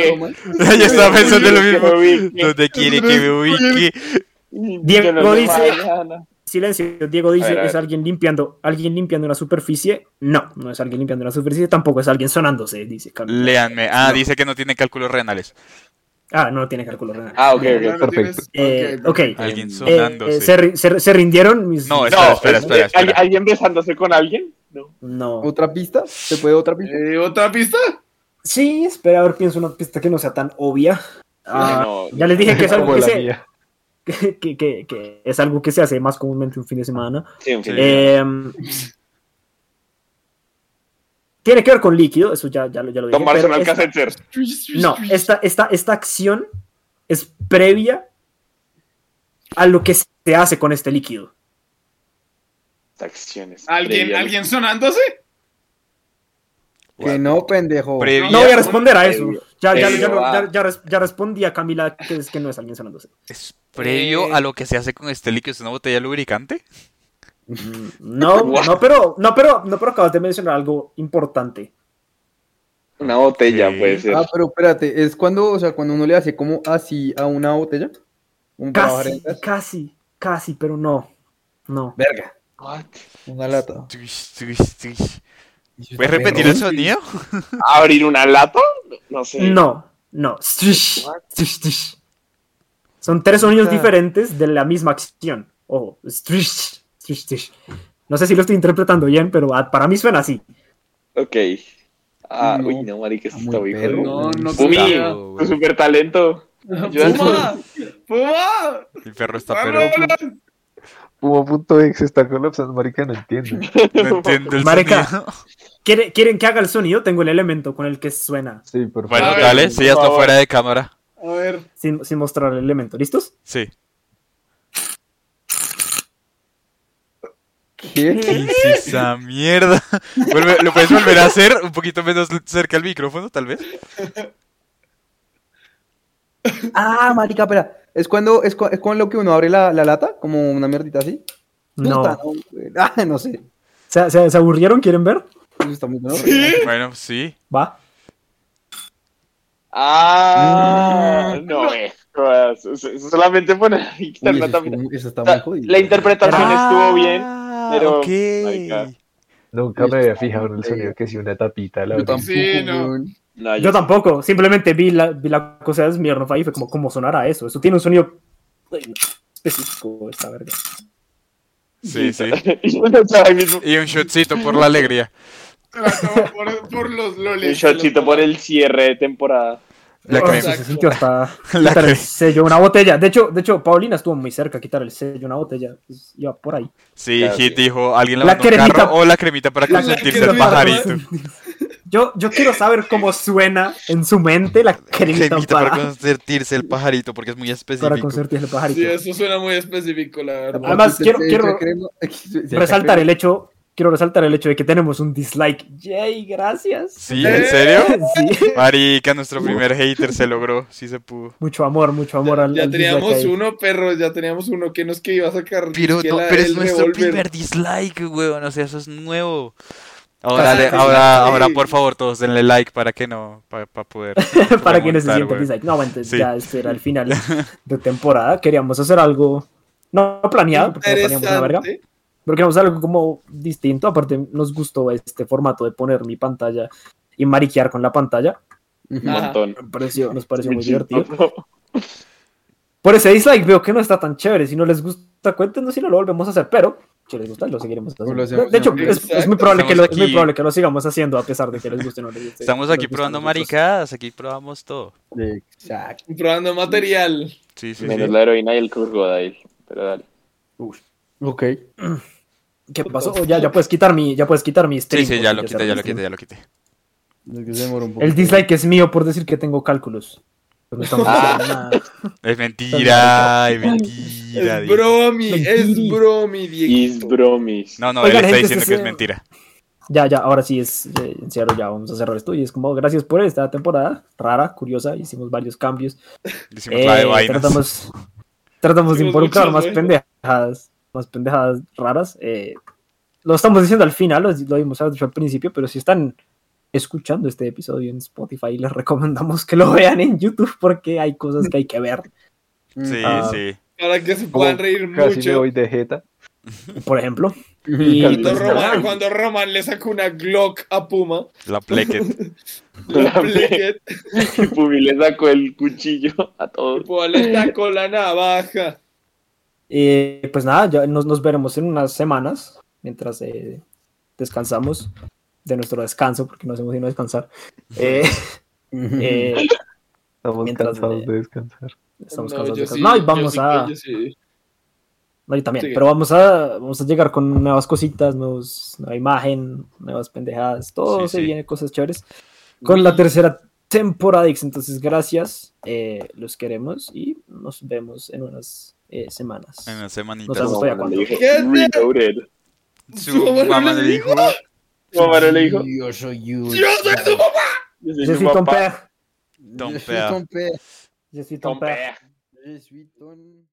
[SPEAKER 5] Yo estaba pensando lo
[SPEAKER 3] Que
[SPEAKER 5] mismo.
[SPEAKER 3] me ubique.
[SPEAKER 5] ¿Dónde quiere que me ubique?
[SPEAKER 2] Diego
[SPEAKER 3] Yo no sé,
[SPEAKER 2] dice-
[SPEAKER 3] mañana.
[SPEAKER 2] Silencio, Diego
[SPEAKER 3] A
[SPEAKER 2] dice,
[SPEAKER 3] ver, a ver.
[SPEAKER 2] ¿es alguien limpiando, alguien limpiando una superficie? No, no es alguien limpiando una superficie, tampoco es alguien sonándose, dice Camilo.
[SPEAKER 5] Léanme. Ah, dice que no tiene cálculos renales.
[SPEAKER 2] Ah, no tiene cálculo renal.
[SPEAKER 3] Ah, ok,
[SPEAKER 4] Ya
[SPEAKER 3] ok.
[SPEAKER 4] no tienes-
[SPEAKER 2] Eh, ok, eh,
[SPEAKER 5] Alguien
[SPEAKER 2] eh,
[SPEAKER 5] sonándose.
[SPEAKER 2] ¿se, ri- se, ri- se rindieron mis...
[SPEAKER 5] No,
[SPEAKER 2] mis-
[SPEAKER 5] Espera,
[SPEAKER 3] No,
[SPEAKER 5] espera,
[SPEAKER 3] es-
[SPEAKER 5] espera, espera.
[SPEAKER 3] ¿al- ¿Alguien besándose con alguien? No.
[SPEAKER 2] no.
[SPEAKER 8] ¿Otra pista? ¿Se puede otra pista?
[SPEAKER 4] Eh, ¿Otra pista?
[SPEAKER 2] Sí, espera, a ver, pienso una pista que no sea tan obvia. Ah,
[SPEAKER 3] No,
[SPEAKER 2] ya les dije que es algo
[SPEAKER 6] Como
[SPEAKER 2] que
[SPEAKER 6] la
[SPEAKER 2] se,
[SPEAKER 6] mía.
[SPEAKER 2] que, que- que es algo que se hace más comúnmente un fin de semana.
[SPEAKER 3] Sí, en fin.
[SPEAKER 2] Em, tiene que ver con líquido, eso ya, ya, lo- ya lo dije.
[SPEAKER 3] Tomarse
[SPEAKER 2] pero
[SPEAKER 3] un
[SPEAKER 2] es-
[SPEAKER 3] alcacelser.
[SPEAKER 2] No, esta, esta, esta acción es previa a lo que se hace con este líquido.
[SPEAKER 3] Acciones.
[SPEAKER 4] ¿Alguien,
[SPEAKER 3] Previa-
[SPEAKER 4] ¿Alguien sonándose?
[SPEAKER 8] Que no, pendejo.
[SPEAKER 5] Previa.
[SPEAKER 2] No voy a responder a eso. Ya, ya,
[SPEAKER 3] Previo
[SPEAKER 2] ya, lo-
[SPEAKER 3] a-
[SPEAKER 2] ya- ya res- ya respondí a Camila que es que no es alguien sonándose.
[SPEAKER 5] ¿Es previo a lo que se hace con este líquido? ¿Es una botella de lubricante?
[SPEAKER 2] No, no, pero, no, pero, no, pero acabas de mencionar algo importante.
[SPEAKER 3] Una botella
[SPEAKER 5] Sí.
[SPEAKER 3] puede ser.
[SPEAKER 8] Ah, pero espérate, es cuando, o sea, cuando uno le hace como así a una botella. Un para bajar
[SPEAKER 2] Casi,
[SPEAKER 8] en casa.
[SPEAKER 2] casi, casi, pero no. No.
[SPEAKER 8] Verga,
[SPEAKER 3] What?
[SPEAKER 8] una lata.
[SPEAKER 5] Tuish, tuish, tuish. ¿Puedes repetir el sonido?
[SPEAKER 3] ¿Abrir una lata? No sé.
[SPEAKER 2] No, no. Strish, strish, strish. Son tres sonidos
[SPEAKER 8] Ah.
[SPEAKER 2] diferentes de la misma acción. Ojo, strish, strish, strish. No sé si lo estoy interpretando bien, pero ah, para mí suena así.
[SPEAKER 3] Ok. Ah,
[SPEAKER 8] No.
[SPEAKER 3] uy, no, marica, esto
[SPEAKER 8] Está
[SPEAKER 3] está
[SPEAKER 8] muy
[SPEAKER 3] muy
[SPEAKER 8] perro.
[SPEAKER 3] jodido.
[SPEAKER 4] No, no
[SPEAKER 3] Umi,
[SPEAKER 4] creo.
[SPEAKER 3] tu super talento. Ayúdame.
[SPEAKER 4] ¡Puma! ¡Puma!
[SPEAKER 5] El perro está
[SPEAKER 3] Ah,
[SPEAKER 5] pero
[SPEAKER 4] ¡Pablo!
[SPEAKER 6] Puma.exe está colapsando, marica, no entiendo.
[SPEAKER 5] no entiendo el
[SPEAKER 2] Marica.
[SPEAKER 5] sonido.
[SPEAKER 2] ¿Quiere- ¿Quieren que haga el sonido? Tengo el elemento con el que suena,
[SPEAKER 6] Sí, por
[SPEAKER 5] Bueno,
[SPEAKER 4] A
[SPEAKER 6] favor.
[SPEAKER 4] ver,
[SPEAKER 5] dale, si ya
[SPEAKER 3] por
[SPEAKER 5] está
[SPEAKER 3] favor.
[SPEAKER 5] fuera de cámara.
[SPEAKER 4] A ver.
[SPEAKER 2] sin, sin mostrar el elemento. ¿Listos?
[SPEAKER 5] Sí.
[SPEAKER 8] ¿Qué?
[SPEAKER 5] ¿Qué es esa mierda? Vuelve- ¿Lo puedes volver a hacer? Un poquito menos cerca al micrófono, tal vez.
[SPEAKER 8] Ah, marica, espera. Es cuando, es, cu- es con lo que uno abre la, la lata, como una mierdita así.
[SPEAKER 2] No.
[SPEAKER 8] Puta, no. Ah, no sé.
[SPEAKER 2] ¿Se, se, se aburrieron? ¿Quieren ver?
[SPEAKER 8] Eso está muy bueno.
[SPEAKER 5] Bueno, sí.
[SPEAKER 2] Va.
[SPEAKER 3] Ah, no me jodas. S- Solamente poner y quitar
[SPEAKER 8] Uy,
[SPEAKER 3] la
[SPEAKER 8] eso,
[SPEAKER 3] tapita.
[SPEAKER 8] estuvo- eso está
[SPEAKER 3] O sea,
[SPEAKER 8] muy jodido.
[SPEAKER 3] la interpretación
[SPEAKER 5] Ah.
[SPEAKER 3] estuvo bien. pero-
[SPEAKER 5] ok.
[SPEAKER 3] Marica.
[SPEAKER 6] Nunca me había fijado en el sonido que si una tapita la
[SPEAKER 8] Yo
[SPEAKER 6] abrí.
[SPEAKER 8] tampoco,
[SPEAKER 4] Sí, no.
[SPEAKER 8] weón.
[SPEAKER 3] No,
[SPEAKER 2] Yo tampoco. Simplemente vi la, vi la cosa de Smirnoff ahí y fue como, ¿cómo sonará eso? Eso tiene un sonido ay, específico, esta verga.
[SPEAKER 5] Sí, sí.
[SPEAKER 3] yo no estaba ahí mismo.
[SPEAKER 5] Y un shotcito por la alegría.
[SPEAKER 4] Se la tomo por, por los lolis.
[SPEAKER 3] Un shotcito por el cierre de temporada.
[SPEAKER 5] La
[SPEAKER 2] Oh,
[SPEAKER 5] crema.
[SPEAKER 2] sí, se sintió hasta
[SPEAKER 5] La
[SPEAKER 2] quitar el
[SPEAKER 5] crema.
[SPEAKER 2] sello, una botella. De hecho, de hecho, Paulina estuvo muy cerca a quitar el sello, una botella. Pues, iba por ahí.
[SPEAKER 5] Sí,
[SPEAKER 3] Claro,
[SPEAKER 5] Hit
[SPEAKER 3] sí.
[SPEAKER 5] dijo, alguien
[SPEAKER 2] La
[SPEAKER 5] la un
[SPEAKER 2] cremita-
[SPEAKER 5] carro o la cremita para consentirse al
[SPEAKER 4] cremita.
[SPEAKER 5] pajarito.
[SPEAKER 2] Yo, yo quiero saber cómo suena en su mente la cremita,
[SPEAKER 5] Cremita
[SPEAKER 2] para,
[SPEAKER 5] para
[SPEAKER 2] para,
[SPEAKER 5] consentirse el pajarito porque es muy específico.
[SPEAKER 2] consentirse el pajarito.
[SPEAKER 4] Sí, eso suena muy específico, la verdad.
[SPEAKER 2] Además,
[SPEAKER 8] Usted
[SPEAKER 2] quiero-
[SPEAKER 8] se
[SPEAKER 2] quiero
[SPEAKER 8] echa crema- se echa
[SPEAKER 2] Resaltar
[SPEAKER 8] crema.
[SPEAKER 2] el hecho quiero resaltar el hecho de que tenemos un dislike. Yay, gracias.
[SPEAKER 5] ¿Sí? ¿En serio?
[SPEAKER 2] Sí.
[SPEAKER 5] Marica, nuestro primer hater se logró. Sí se pudo.
[SPEAKER 2] Mucho amor, mucho amor al.
[SPEAKER 4] Ya
[SPEAKER 2] al dislike
[SPEAKER 4] teníamos
[SPEAKER 2] ahí.
[SPEAKER 4] uno, perro, ya teníamos uno que nos que iba a sacar.
[SPEAKER 5] Pero,
[SPEAKER 4] que
[SPEAKER 5] no,
[SPEAKER 4] la-
[SPEAKER 5] pero es
[SPEAKER 4] el
[SPEAKER 5] nuestro
[SPEAKER 4] revólver.
[SPEAKER 5] primer dislike, weón. O sea, eso es nuevo. Ahora, le-
[SPEAKER 4] sí,
[SPEAKER 5] ahora,
[SPEAKER 4] sí.
[SPEAKER 5] ahora, por favor, todos denle like para que no, para poder.
[SPEAKER 2] Para quienes se
[SPEAKER 5] remontar,
[SPEAKER 2] sienten
[SPEAKER 5] weón.
[SPEAKER 2] dislike. No, entonces
[SPEAKER 5] Sí.
[SPEAKER 2] ya este era el final de temporada. Queríamos hacer algo no planeado, porque no planeamos una verga.
[SPEAKER 4] Interesante.
[SPEAKER 2] Pero queríamos hacer algo como distinto. Aparte, nos gustó este formato de poner mi pantalla y mariquear con la pantalla.
[SPEAKER 3] Un
[SPEAKER 4] Ajá.
[SPEAKER 3] montón.
[SPEAKER 2] Me pareció- nos pareció muy
[SPEAKER 3] Muy chido.
[SPEAKER 2] divertido. Por ese dislike veo que no está tan chévere. Si no les gusta, cuéntenos si no lo volvemos a hacer. Pero si les gusta, lo seguiremos haciendo.
[SPEAKER 8] Lo hacemos
[SPEAKER 2] de hecho,
[SPEAKER 8] siempre.
[SPEAKER 2] es, es
[SPEAKER 4] Exacto.
[SPEAKER 2] muy probable que lo,
[SPEAKER 5] Estamos
[SPEAKER 2] es muy
[SPEAKER 5] aquí.
[SPEAKER 2] probable que lo sigamos haciendo a pesar de que les guste o no les guste.
[SPEAKER 5] Estamos
[SPEAKER 2] Nos
[SPEAKER 5] aquí
[SPEAKER 2] gustan
[SPEAKER 5] probando
[SPEAKER 2] nosotros.
[SPEAKER 5] maricadas, aquí probamos todo.
[SPEAKER 8] Exacto.
[SPEAKER 4] Probando material.
[SPEAKER 5] Sí, sí,
[SPEAKER 3] Menos
[SPEAKER 5] sí.
[SPEAKER 3] la heroína y el crocodile. Pero dale.
[SPEAKER 8] Ok.
[SPEAKER 2] ¿Qué pasó? Oh, ya, ya puedes quitar mi, ya puedes quitar mi stream.
[SPEAKER 5] Sí, sí, ya lo
[SPEAKER 2] porque
[SPEAKER 5] quité, ya lo
[SPEAKER 2] cerraste.
[SPEAKER 5] quité, ya lo quité.
[SPEAKER 8] Es que se demoró un poco.
[SPEAKER 2] El dislike es mío por decir que tengo cálculos. Pues no
[SPEAKER 5] Ah.
[SPEAKER 2] estamos haciendo nada.
[SPEAKER 5] Es mentira, ay, mentira.
[SPEAKER 4] es
[SPEAKER 5] Diego.
[SPEAKER 4] bromi, es
[SPEAKER 2] Mentiri.
[SPEAKER 4] bromi,
[SPEAKER 3] Is
[SPEAKER 4] Dieguito.
[SPEAKER 3] bromis.
[SPEAKER 5] No, no, él
[SPEAKER 2] Oigan,
[SPEAKER 5] está
[SPEAKER 2] gente,
[SPEAKER 5] diciendo
[SPEAKER 2] se Eh,
[SPEAKER 5] que es
[SPEAKER 2] sea-
[SPEAKER 5] mentira.
[SPEAKER 2] Ya, ya, ahora sí es eh, en serio, ya vamos a cerrar esto. Y es como, gracias por esta temporada rara, curiosa. Hicimos varios cambios.
[SPEAKER 5] Decimos la de
[SPEAKER 2] Eh,
[SPEAKER 5] vainas.
[SPEAKER 2] tratamos tratamos de
[SPEAKER 4] Hicimos
[SPEAKER 2] involucrar
[SPEAKER 4] muchas
[SPEAKER 2] más
[SPEAKER 4] vainas.
[SPEAKER 2] pendejadas, más pendejadas raras. eh, lo estamos diciendo al final, lo, lo dimos al al principio, pero si están escuchando este episodio en Spotify, les recomendamos que lo vean en YouTube porque hay cosas que hay que ver.
[SPEAKER 8] Mm.
[SPEAKER 5] Sí,
[SPEAKER 2] Ah.
[SPEAKER 5] sí.
[SPEAKER 4] Para que se puedan reír
[SPEAKER 6] Casi me
[SPEAKER 4] mucho.
[SPEAKER 6] voy de jeta.
[SPEAKER 2] Por ejemplo, y
[SPEAKER 4] Cuando
[SPEAKER 2] pues,
[SPEAKER 4] Roman,
[SPEAKER 2] nada,
[SPEAKER 4] cuando Roman le sacó una Glock a Puma,
[SPEAKER 5] La plequet.
[SPEAKER 4] la
[SPEAKER 3] La
[SPEAKER 4] Blicket,
[SPEAKER 3] Y Pumi le sacó el cuchillo a todos.
[SPEAKER 4] Puma le sacó la navaja.
[SPEAKER 2] eh, pues nada, ya nos, nos veremos en unas semanas mientras eh, descansamos de nuestro descanso, porque no hacemos sino descansar. Eh, eh,
[SPEAKER 6] Estamos
[SPEAKER 2] Mientras
[SPEAKER 6] cansados
[SPEAKER 2] me-
[SPEAKER 6] de descansar.
[SPEAKER 2] estamos
[SPEAKER 4] No,
[SPEAKER 2] cansados
[SPEAKER 4] yo
[SPEAKER 2] de descansar.
[SPEAKER 4] sí,
[SPEAKER 2] No, y
[SPEAKER 4] yo
[SPEAKER 2] vamos
[SPEAKER 4] sí,
[SPEAKER 2] a...
[SPEAKER 4] yo sí.
[SPEAKER 2] No, yo también.
[SPEAKER 4] Sigue.
[SPEAKER 2] Pero vamos a, vamos a llegar con nuevas cositas, nuevos, nueva imagen, nuevas pendejadas. Todo
[SPEAKER 5] Sí,
[SPEAKER 2] se
[SPEAKER 5] sí.
[SPEAKER 2] viene, cosas chéveres. Con la tercera temporada, Ix. Entonces, gracias. eh, los queremos y nos vemos en unas eh, semanas.
[SPEAKER 5] En las
[SPEAKER 2] No
[SPEAKER 5] semanitas.
[SPEAKER 2] sabemos todavía cuándo.
[SPEAKER 3] Le dijo,
[SPEAKER 4] ¿Qué es?
[SPEAKER 3] Reloaded.
[SPEAKER 5] Su mamá le dijo.
[SPEAKER 3] Su mamá no le dijo.
[SPEAKER 8] Yo soy you.
[SPEAKER 4] Yo soy su papá.
[SPEAKER 3] Yo soy
[SPEAKER 2] Yo
[SPEAKER 3] su
[SPEAKER 2] soy Tom
[SPEAKER 3] papá.
[SPEAKER 2] Pea.
[SPEAKER 5] Tom
[SPEAKER 8] Yo soy
[SPEAKER 5] Pea.
[SPEAKER 8] Tom Pea.
[SPEAKER 2] Yo soy Tom
[SPEAKER 3] Tom
[SPEAKER 2] Pea.
[SPEAKER 3] Pea.
[SPEAKER 8] Yo soy Tom-